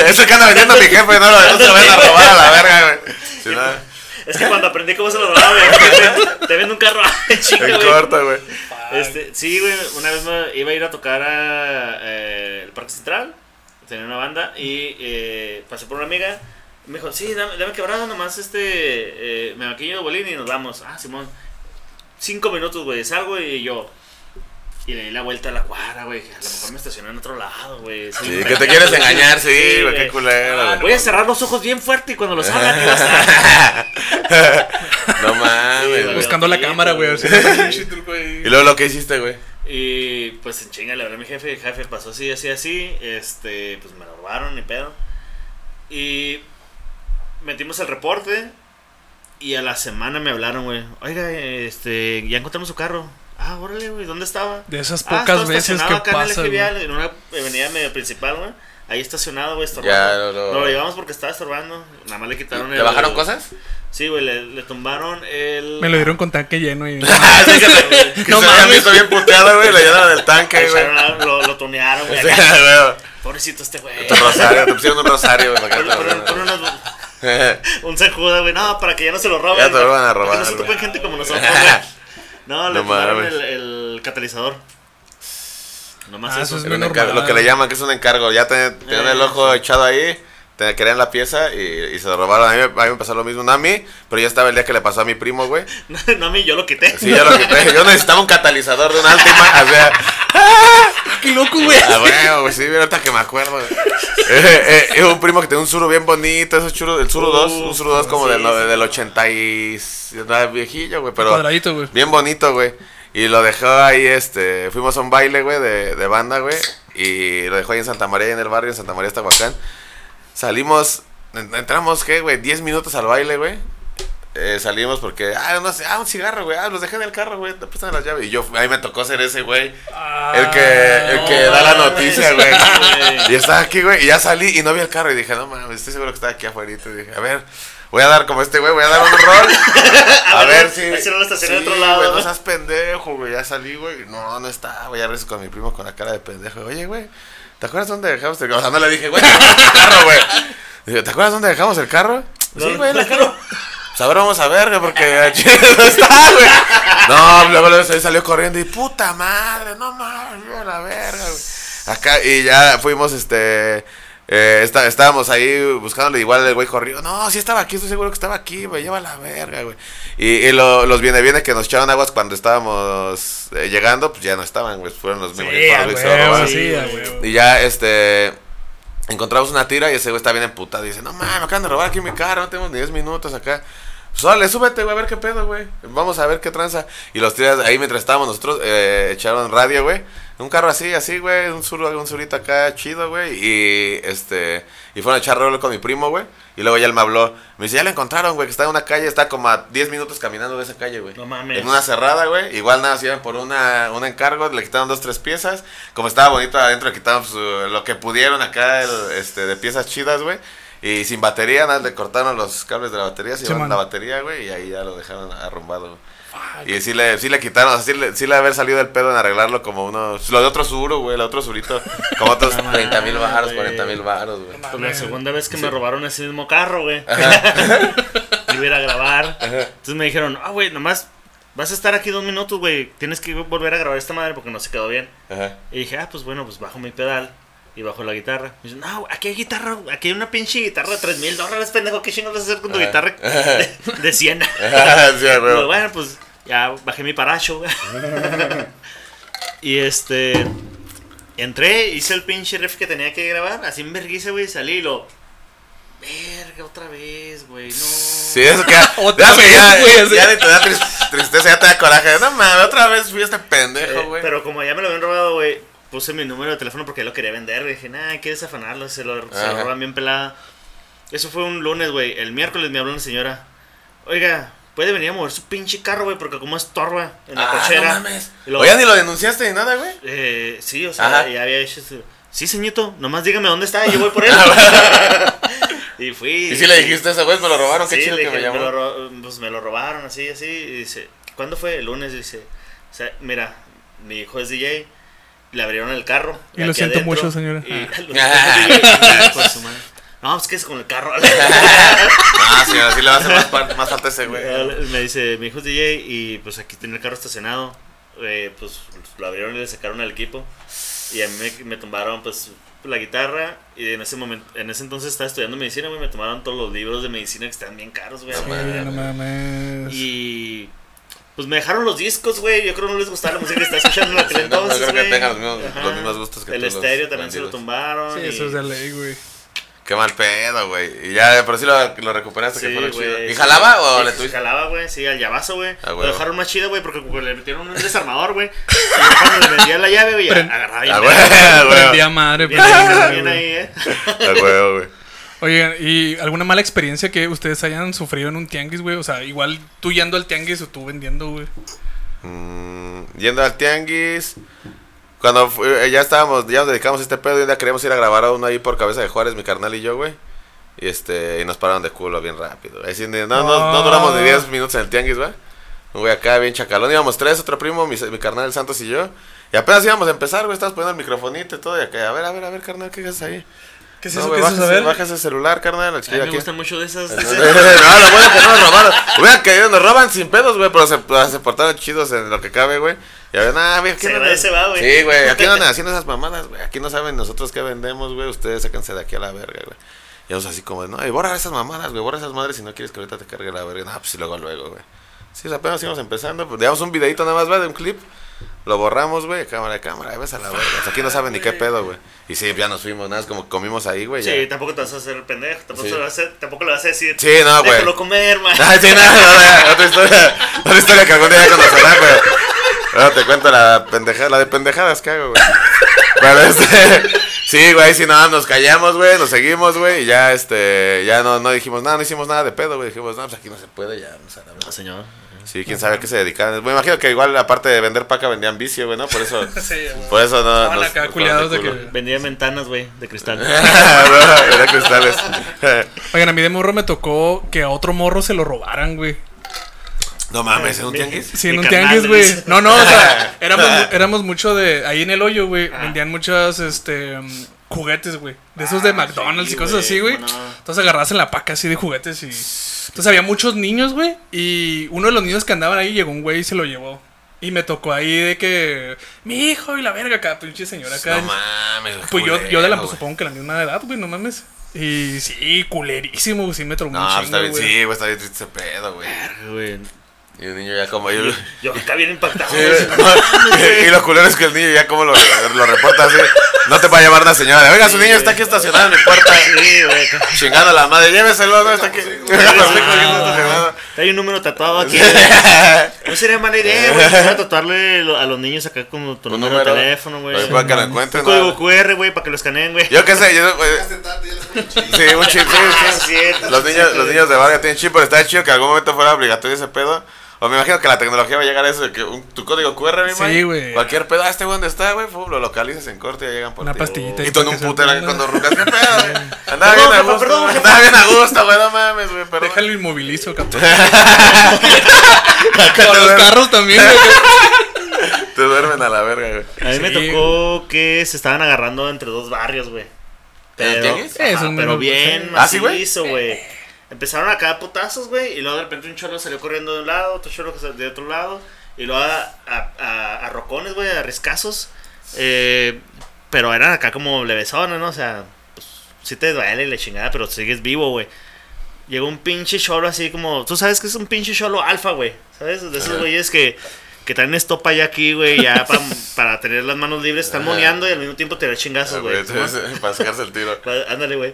[SPEAKER 3] Ese que anda vendiendo a mi jefe, no lo no se lo vayan a robar a la verga, güey. Si no,
[SPEAKER 2] es que cuando aprendí cómo se lo robaba, güey, te vendo un carro. Chica,
[SPEAKER 3] en
[SPEAKER 2] güey.
[SPEAKER 3] corto, güey.
[SPEAKER 2] Este, sí, güey, una vez me iba a ir a tocar a eh, el Parque Central, tenía una banda y eh, pasé por una amiga, me dijo, sí, dame, dame quebrada nomás, este, eh, me maquillo de bolín y nos vamos. Ah, Simón, cinco minutos, güey, salgo y yo... Y le di la vuelta a la cuadra, güey. dije, A lo mejor me estacioné en otro lado, güey.
[SPEAKER 3] Sí, que te quieres engañar, sí, güey, qué
[SPEAKER 2] Ah,
[SPEAKER 3] culero,
[SPEAKER 2] Voy
[SPEAKER 3] güey.
[SPEAKER 2] a cerrar los ojos bien fuerte y cuando los abra, aquí va a estar.
[SPEAKER 3] No mames, güey.
[SPEAKER 1] Buscando la
[SPEAKER 2] Sí,
[SPEAKER 1] cámara, güey. a ver si-
[SPEAKER 2] güey.
[SPEAKER 3] Y luego lo que hiciste, güey.
[SPEAKER 2] Y pues en chinga le hablé a mi jefe, jefe pasó así, así, así, este, pues me lo robaron y pedo. Y metimos el reporte y a la semana me hablaron, güey, oiga, este, ya encontramos su carro. Ah, órale, güey, ¿dónde estaba?
[SPEAKER 1] De esas
[SPEAKER 2] "Ah,
[SPEAKER 1] pocas
[SPEAKER 2] estaba
[SPEAKER 1] veces que
[SPEAKER 2] estacionado acá en el
[SPEAKER 1] pasa,
[SPEAKER 2] eje
[SPEAKER 1] güey.
[SPEAKER 2] vial, en una avenida medio principal, güey. Ahí estacionado, güey,
[SPEAKER 3] Ya,
[SPEAKER 2] estorbando.
[SPEAKER 3] lo- lo-
[SPEAKER 2] No lo llevamos porque estaba estorbando. Nada más le quitaron
[SPEAKER 3] ¿Te bajaron cosas?
[SPEAKER 2] Sí, güey, le, le tumbaron el...
[SPEAKER 1] Me lo dieron con tanque lleno y.
[SPEAKER 2] Ah,
[SPEAKER 3] Así que se- que
[SPEAKER 1] No
[SPEAKER 3] se habían
[SPEAKER 1] mames.
[SPEAKER 3] visto bien puteado, güey, le llenaron el
[SPEAKER 2] le
[SPEAKER 3] tanque, güey.
[SPEAKER 2] echaron a- Lo, lo tunearon, güey.
[SPEAKER 3] Sí,
[SPEAKER 2] acá.
[SPEAKER 3] güey.
[SPEAKER 2] Pobrecito este güey.
[SPEAKER 3] Tu rosario, te pusieron un rosario, güey, para que
[SPEAKER 2] Pon-
[SPEAKER 3] te
[SPEAKER 2] pon- pon
[SPEAKER 3] robaran.
[SPEAKER 2] unas- un San Judas, güey. No, para que ya no se lo roben.
[SPEAKER 3] Ya te
[SPEAKER 2] güey.
[SPEAKER 3] lo van
[SPEAKER 2] Para
[SPEAKER 3] a
[SPEAKER 2] que
[SPEAKER 3] robar,
[SPEAKER 2] No se
[SPEAKER 3] güey.
[SPEAKER 2] topen gente como nosotros, güey. No, le
[SPEAKER 3] No
[SPEAKER 2] tomaron
[SPEAKER 3] mames.
[SPEAKER 2] el, el catalizador. Nomás
[SPEAKER 1] Ah, eso
[SPEAKER 2] eso.
[SPEAKER 1] es-
[SPEAKER 3] Era un
[SPEAKER 1] Muy
[SPEAKER 3] encargo,
[SPEAKER 1] normal.
[SPEAKER 3] lo que le llaman, que es un encargo. Ya te- tenían el ojo echado ahí, te querían la pieza y, y se lo robaron. A mí, me- a mí me pasó lo mismo, no a mí, pero ya estaba el día que le pasó a mi primo, güey.
[SPEAKER 2] No, no, a mí yo lo quité.
[SPEAKER 3] Sí, ya lo quité. Yo necesitaba un catalizador de un Altima, o sea,
[SPEAKER 1] ¡Qué loco, güey!
[SPEAKER 3] ah, bueno, güey, sí, mira, ahorita que me acuerdo. güey. Eh, eh, eh, un primo que tenía un suru bien bonito, esos churos, el suru
[SPEAKER 2] Uh,
[SPEAKER 3] 2, un suru 2 como
[SPEAKER 2] sí,
[SPEAKER 3] del, no-
[SPEAKER 2] sí.
[SPEAKER 3] del 80 y... era viejillo, güey, pero...
[SPEAKER 1] Cuadradito, güey.
[SPEAKER 3] Bien bonito, güey. Y lo dejó ahí, este. Fuimos a un baile, güey, de, de banda, güey. Y lo dejó ahí en Santa María, en el barrio, en Santa María, Estahuacán. Salimos, en- entramos, ¿qué, güey? 10 minutos al baile, güey. Eh, salimos porque, ah, no sé, ah, un cigarro, güey. Ah, los dejé en el carro, güey. Te prestan las llaves. Y yo, ahí me tocó ser ese, güey. El que, el que
[SPEAKER 2] no
[SPEAKER 3] da la
[SPEAKER 2] mames,
[SPEAKER 3] noticia, güey.
[SPEAKER 2] güey.
[SPEAKER 3] Y estaba aquí, güey. Y ya salí y no vi el carro. Y dije, no mames, estoy seguro que está aquí afuera. Y dije, a ver, voy a dar como este, güey, voy a dar un rol. A,
[SPEAKER 2] A
[SPEAKER 3] ver
[SPEAKER 2] ver,
[SPEAKER 3] si.
[SPEAKER 2] ese no lo estacioné
[SPEAKER 3] sí,
[SPEAKER 2] en otro lado,
[SPEAKER 3] güey, no
[SPEAKER 2] ¿no?
[SPEAKER 3] seas pendejo, güey. Ya salí, güey. No, no está, güey. Ya regreso con mi primo con la cara de pendejo. Oye, güey, ¿te acuerdas dónde dejamos el carro? O sea, no le dije, güey, dejamos el carro, güey. Dije, ¿te acuerdas dónde dejamos el carro?
[SPEAKER 2] No,
[SPEAKER 3] sí, güey, en la
[SPEAKER 2] claro.
[SPEAKER 3] pues ahora vamos a ver, güey, porque aquí no está, güey. No, luego, luego se salió corriendo y puta madre, no mames, yo la verga, güey. Acá, y ya fuimos, este. eh, está- estábamos ahí buscándole, igual el güey corrió. No, sí estaba aquí, estoy seguro que estaba aquí, güey, lleva la verga, güey. Y, y lo- los viene viene que nos echaron aguas cuando estábamos eh, llegando, pues ya no estaban, güey, fueron los mismos.
[SPEAKER 1] Sí, a
[SPEAKER 3] fueron los que se lo
[SPEAKER 1] huevo,
[SPEAKER 3] robaron.
[SPEAKER 2] sí,
[SPEAKER 1] sí, a
[SPEAKER 2] güey.
[SPEAKER 1] huevo.
[SPEAKER 3] Y ya, este. Encontramos una tira y ese güey está bien emputado. Y dice: No mames, me acaban de robar aquí mi carro, no tenemos ni 10 minutos acá. Sale, súbete, güey, a ver qué pedo, güey. Vamos a ver qué tranza. Y los tiras ahí mientras estábamos nosotros, eh, echaron radio, güey. Un carro así, así, güey. Un, sur, un surito acá chido, güey. Y este. Y fueron a echar rolo con mi primo, güey. Y luego ya él me habló. Me dice: Ya lo encontraron, güey, que está en una calle. Está como a 10 minutos caminando de esa calle, güey.
[SPEAKER 2] No mames.
[SPEAKER 3] En una cerrada, güey. Igual nada, se iban por una, un encargo, le quitaron dos, tres piezas. Como estaba bonito adentro, le quitaron pues, eh, lo que pudieron acá el- este, de piezas chidas, güey. Y sin batería, nada, le cortaron los cables de la batería, se
[SPEAKER 1] Sí,
[SPEAKER 3] llevaron
[SPEAKER 1] mano.
[SPEAKER 3] la batería, güey, y ahí ya lo dejaron arrumbado. güey. Y sí le, sí le quitaron, o sea, sí le, sí le haber salido el pedo en arreglarlo como unos. Lo de otro suru, güey, lo de otro surito. Como otros 30 mil baros,
[SPEAKER 2] güey.
[SPEAKER 3] 40 mil baros, güey.
[SPEAKER 2] Pues la segunda vez que me robaron ese mismo carro, güey. Iba a ir a grabar. Entonces me dijeron, ah, güey, nomás vas a estar aquí dos minutos, güey. Tienes que volver a grabar esta madre porque no se quedó bien.
[SPEAKER 3] Ajá.
[SPEAKER 2] Y dije, ah, pues bueno, pues bajo mi pedal y bajo la guitarra. Me dicen, no, güey, aquí hay guitarra, güey, aquí hay una pinche guitarra de 3 mil dólares, pendejo, ¿qué chingados vas a hacer con tu
[SPEAKER 3] Ajá.
[SPEAKER 2] guitarra de, de 100?
[SPEAKER 3] sí, güey.
[SPEAKER 2] Pero bueno, pues ya bajé mi paracho, güey. y este. Entré, hice el pinche riff que tenía que grabar, así en vergüenza, güey, salí y lo. Verga, otra vez, güey, no.
[SPEAKER 3] Sí, eso que ya,
[SPEAKER 1] Ah, Otra
[SPEAKER 3] ya,
[SPEAKER 1] vez,
[SPEAKER 3] ya,
[SPEAKER 1] güey, así.
[SPEAKER 3] ya ni te da tris- tristeza, ya te da coraje. No mames, otra vez fui este pendejo,
[SPEAKER 2] Eh,
[SPEAKER 3] güey.
[SPEAKER 2] pero como ya me lo habían robado, güey, puse mi número de teléfono porque lo quería vender. güey. Dije, nah, quieres afanarlo, se lo, se lo
[SPEAKER 3] Ajá.
[SPEAKER 2] roban bien pelada. Eso fue un lunes, güey. El miércoles me habló una señora. Oiga, puede venir a mover su pinche carro, güey, porque como estorba en la
[SPEAKER 3] Ah,
[SPEAKER 2] cochera.
[SPEAKER 3] no mames.
[SPEAKER 2] Y luego-
[SPEAKER 3] Oye, ni lo denunciaste ni nada, güey.
[SPEAKER 2] Eh, sí, o sea,
[SPEAKER 3] Ajá.
[SPEAKER 2] ya había hecho su- Sí, señorito, nomás dígame dónde está y yo voy por él. y fui.
[SPEAKER 3] Y si le dijiste eso, güey, me lo robaron, qué
[SPEAKER 2] Sí,
[SPEAKER 3] chido
[SPEAKER 2] le
[SPEAKER 3] que me
[SPEAKER 2] dije,
[SPEAKER 3] llamó.
[SPEAKER 2] lo ro- pues me lo robaron, así, así. Y dice, ¿cuándo fue? El lunes. Dice, o sea, mira, mi hijo es DJ. Le abrieron el carro.
[SPEAKER 1] Y lo
[SPEAKER 2] aquí
[SPEAKER 1] siento mucho, señora.
[SPEAKER 2] y-
[SPEAKER 1] Ah.
[SPEAKER 2] lo siento mucho, DJ, hijo de su madre. No, pues que es con el carro.
[SPEAKER 3] Ah, sí, así le va a hacer más, par- más falta ese, güey.
[SPEAKER 2] me dice, mi hijo es DJ y pues aquí tiene el carro estacionado. Eh, pues lo abrieron y le sacaron el equipo. Y a mí me, me tumbaron pues la guitarra. Y en ese momento, en ese entonces estaba estudiando medicina, güey. Me tomaron todos los libros de medicina que están bien caros, güey.
[SPEAKER 1] no mames.
[SPEAKER 2] Y pues me dejaron los discos, güey. Yo creo que no les gustaba la música que está escuchando en aquel
[SPEAKER 3] Sí, no, no
[SPEAKER 2] entonces.
[SPEAKER 3] creo que
[SPEAKER 2] güey.
[SPEAKER 3] tengan los mismos-
[SPEAKER 2] Ajá.
[SPEAKER 3] los mismos gustos que
[SPEAKER 2] El
[SPEAKER 3] tú, los
[SPEAKER 2] estéreo también se lo
[SPEAKER 3] bandidos.
[SPEAKER 2] tumbaron.
[SPEAKER 1] Sí,
[SPEAKER 2] y-
[SPEAKER 1] eso es de ley, güey.
[SPEAKER 3] Qué mal pedo, güey. Y ya, pero sí lo, lo recuperaste, que
[SPEAKER 2] Sí,
[SPEAKER 3] fue lo
[SPEAKER 2] güey,
[SPEAKER 3] chido. ¿Y
[SPEAKER 2] sí.
[SPEAKER 3] jalaba o
[SPEAKER 2] Sí,
[SPEAKER 3] le
[SPEAKER 2] sí,
[SPEAKER 3] tuviste?
[SPEAKER 2] Jalaba, güey, sí, al llavazo, güey.
[SPEAKER 3] Ah,
[SPEAKER 2] lo
[SPEAKER 3] huevo.
[SPEAKER 2] dejaron más chido, güey, porque como le metieron un desarmador, güey. Y cuando le vendían la llave, güey,
[SPEAKER 1] Pren-
[SPEAKER 2] agarraba y
[SPEAKER 3] Ah,
[SPEAKER 2] bien,
[SPEAKER 1] Prendí
[SPEAKER 3] güey,
[SPEAKER 1] a madre. pues.
[SPEAKER 2] bien,
[SPEAKER 1] prendí a madre,
[SPEAKER 2] bien, bien
[SPEAKER 1] güey.
[SPEAKER 2] ahí, eh.
[SPEAKER 3] güey. güey, güey.
[SPEAKER 1] Oigan, ¿y alguna mala experiencia que ustedes hayan sufrido en un tianguis, güey? O sea, igual tú yendo al tianguis o tú vendiendo, güey.
[SPEAKER 3] Mm, yendo al tianguis. Cuando fu- eh, ya estábamos, ya nos dedicamos a este pedo y un día queríamos ir a grabar a uno ahí por cabeza de Juárez, mi carnal y yo, güey. Y este, y nos pararon de culo bien rápido. Ahí sí, ni- no, no, no duramos ni 10 minutos en el tianguis, güey. Un güey acá bien chacalón. Íbamos tres, otro primo, mi, mi carnal el Santos y yo. Y apenas íbamos a empezar, güey. Estabas poniendo el microfonito y todo. Y acá, a ver, a ver, a ver, carnal, ¿qué haces ahí?
[SPEAKER 1] ¿Qué es
[SPEAKER 3] No,
[SPEAKER 1] eso
[SPEAKER 3] güey,
[SPEAKER 1] que
[SPEAKER 3] baja,
[SPEAKER 1] haces
[SPEAKER 3] ese,
[SPEAKER 1] saber?
[SPEAKER 3] baja ese celular, carnal. al
[SPEAKER 2] A mí
[SPEAKER 3] chiquillo
[SPEAKER 2] me
[SPEAKER 3] aquí.
[SPEAKER 2] gustan mucho de esas.
[SPEAKER 3] No, lo bueno que no nos robaron. Hubieran caído, nos roban sin pedos, güey. Pero se, ah, se portaron chidos en lo que cabe, güey. Y a ver, nada, güey. aquí
[SPEAKER 2] Se
[SPEAKER 3] no-
[SPEAKER 2] agradece, va, güey.
[SPEAKER 3] Sí, güey. Aquí no andan haciendo esas mamadas, güey. Aquí no saben nosotros qué vendemos, güey. Ustedes sáquense de aquí a la verga, güey. Y vamos así como, no, y borra esas mamadas, güey. Borra esas madres si no quieres que ahorita te cargue la verga. No, pues sí, luego, luego, güey. Sí, apenas íbamos empezando. Pues, digamos un videito nada más, güey, de un clip. Lo borramos, güey. Cámara, cámara. Ves a la verga. O sea, aquí no saben ni qué pedo, güey. Y sí, ya nos fuimos, nada más como comimos ahí, güey. ya.
[SPEAKER 2] Sí, tampoco te vas a hacer pendejo, tampoco,
[SPEAKER 3] Sí.
[SPEAKER 2] te vas a hacer- tampoco le vas a decir.
[SPEAKER 3] Sí, no, güey.
[SPEAKER 2] Déjalo comer, man.
[SPEAKER 3] Ay, Ah, sí, nada, nada, otra historia. Otra historia que algún día ya conocerás, güey. Ahora te cuento la pendejada, la de pendejadas que hago, güey. Pero este, sí, güey, sí, nada, nos callamos, güey, nos seguimos, güey, y ya, este, ya no, no dijimos nada, no hicimos nada de pedo, güey, dijimos, no, pues aquí no se puede, ya, vamos a la verga.
[SPEAKER 2] No, señor.
[SPEAKER 3] Sí, quién sabe a qué se dedicaban. Me imagino que igual, aparte de vender paca, vendían vicio, güey, ¿no? Por eso,
[SPEAKER 1] Sí, güey.
[SPEAKER 3] por eso no.
[SPEAKER 1] Estaban
[SPEAKER 3] nos-
[SPEAKER 1] acá
[SPEAKER 3] nos fueron
[SPEAKER 1] culiados de
[SPEAKER 3] culo.
[SPEAKER 1] que-
[SPEAKER 2] Vendía ventanas, güey, de cristal.
[SPEAKER 3] no, era cristales.
[SPEAKER 1] Oigan, a mí de morro me tocó que a otro morro se lo robaran, güey.
[SPEAKER 3] no mames, ¿en un tianguis?
[SPEAKER 1] Sí,
[SPEAKER 2] De
[SPEAKER 1] en un
[SPEAKER 2] carnal,
[SPEAKER 1] tianguis, güey.
[SPEAKER 2] dices.
[SPEAKER 1] No, no, o sea, éramos, mu- éramos mucho de. Ahí en el hoyo, güey.
[SPEAKER 3] Ah.
[SPEAKER 1] Vendían muchas, este. mm, Juguetes, güey. De esos de
[SPEAKER 2] Ah,
[SPEAKER 1] McDonald's
[SPEAKER 2] sí,
[SPEAKER 1] y cosas
[SPEAKER 2] güey,
[SPEAKER 1] así, güey.
[SPEAKER 2] cómo no.
[SPEAKER 1] Entonces agarrabas en la paca así de juguetes y. Entonces había muchos niños, güey. Y uno de los niños que andaban ahí llegó un güey y se lo llevó. Y me tocó ahí de que. Mi hijo y la verga, acá, pinche señora acá.
[SPEAKER 3] No mames,
[SPEAKER 1] pues yo,
[SPEAKER 3] culero,
[SPEAKER 1] yo de la,
[SPEAKER 3] güey.
[SPEAKER 1] supongo que la misma edad, güey, no mames. Y sí, culerísimo, güey. Sí me traumó
[SPEAKER 3] No,
[SPEAKER 1] un
[SPEAKER 3] pues
[SPEAKER 1] chingo,
[SPEAKER 3] está bien,
[SPEAKER 1] güey.
[SPEAKER 3] sí, güey, está bien triste ese pedo, güey.
[SPEAKER 2] Güey,
[SPEAKER 3] Y el niño ya como. y-
[SPEAKER 2] Yo acá bien impactado.
[SPEAKER 3] Sí,
[SPEAKER 2] güey.
[SPEAKER 3] güey. y los culeros que el niño ya como lo, lo reporta así. No te va a llevar una señora. Oiga, su niño está aquí estacionado en mi puerta.
[SPEAKER 2] Sí, güey.
[SPEAKER 3] Chingando a la madre. Lléveselo, no está aquí.
[SPEAKER 2] Ah, Hay un número tatuado aquí. güey. No sería mala idea, güey. empezar a tatuarle lo- a los niños acá con tu
[SPEAKER 3] Tu
[SPEAKER 2] número de
[SPEAKER 3] número.
[SPEAKER 2] teléfono, güey.
[SPEAKER 3] Oye, Para que lo encuentren.
[SPEAKER 2] Un código
[SPEAKER 3] ¿no?
[SPEAKER 2] QR, güey, para que lo escaneen, güey.
[SPEAKER 3] Yo qué sé, yo. güey, Sí, un chip, sí,
[SPEAKER 2] Ah,
[SPEAKER 3] sí.
[SPEAKER 2] cierto,
[SPEAKER 3] Los
[SPEAKER 2] sí,
[SPEAKER 3] niños,
[SPEAKER 2] sí.
[SPEAKER 3] los niños de barrio tienen chip, pero está chido que en algún momento fuera obligatorio ese pedo. O me imagino que la tecnología va a llegar a eso, de que un- tu código QR, mi
[SPEAKER 1] Sí,
[SPEAKER 3] man,
[SPEAKER 1] güey.
[SPEAKER 3] Cualquier pedo, ah, este güey, ¿dónde está, güey? Pum, Lo localizas en corte y ya llegan por
[SPEAKER 1] Una
[SPEAKER 3] ti.
[SPEAKER 1] pastillita.
[SPEAKER 3] Y tú en
[SPEAKER 1] para
[SPEAKER 3] un
[SPEAKER 1] que se
[SPEAKER 3] putero ahí
[SPEAKER 1] aprenda.
[SPEAKER 3] cuando rucas, ¿qué pedo, güey? Andaba
[SPEAKER 2] Perdón,
[SPEAKER 3] bien a
[SPEAKER 2] jefa,
[SPEAKER 3] gusto,
[SPEAKER 2] perdón,
[SPEAKER 3] güey.
[SPEAKER 2] jefa.
[SPEAKER 3] Andaba bien a gusto, güey, no mames, güey, perdón.
[SPEAKER 1] Déjalo inmovilizo, capaz.
[SPEAKER 3] Acá
[SPEAKER 1] Con
[SPEAKER 3] te
[SPEAKER 1] los
[SPEAKER 3] duermen-
[SPEAKER 1] carros también, güey.
[SPEAKER 3] Te duermen a la verga, güey.
[SPEAKER 2] A mí me
[SPEAKER 1] Sí,
[SPEAKER 2] tocó que se estaban agarrando entre dos barrios, güey.
[SPEAKER 3] ¿En el
[SPEAKER 2] Pero,
[SPEAKER 3] tianguis?
[SPEAKER 2] ajá,
[SPEAKER 1] Es un
[SPEAKER 2] pero
[SPEAKER 1] menor-
[SPEAKER 2] bien
[SPEAKER 3] ¿Ah, sí, güey?
[SPEAKER 2] macizo, güey. Empezaron a caer putazos, güey, y luego de repente un chorro salió corriendo de un lado, otro chorro de otro lado, y luego a, a- a- a rocones, güey, a riscazos. Eh, pero eran acá como levesones, ¿no? O sea, pues, sí te duele y la chingada, pero sigues vivo, güey. Llegó un pinche cholo así como. Tú sabes que es un pinche cholo alfa, güey. ¿Sabes? De esos
[SPEAKER 3] Ajá.
[SPEAKER 2] güeyes que, que traen estopa ya aquí, güey, ya pa- para tener las manos libres, están
[SPEAKER 3] Ajá. Ah,
[SPEAKER 2] moneando y al mismo tiempo tirar chingazos,
[SPEAKER 3] Güey,
[SPEAKER 2] güey. ¿no?
[SPEAKER 3] entonces, Para sacarse el tiro.
[SPEAKER 2] Va- Ándale, güey.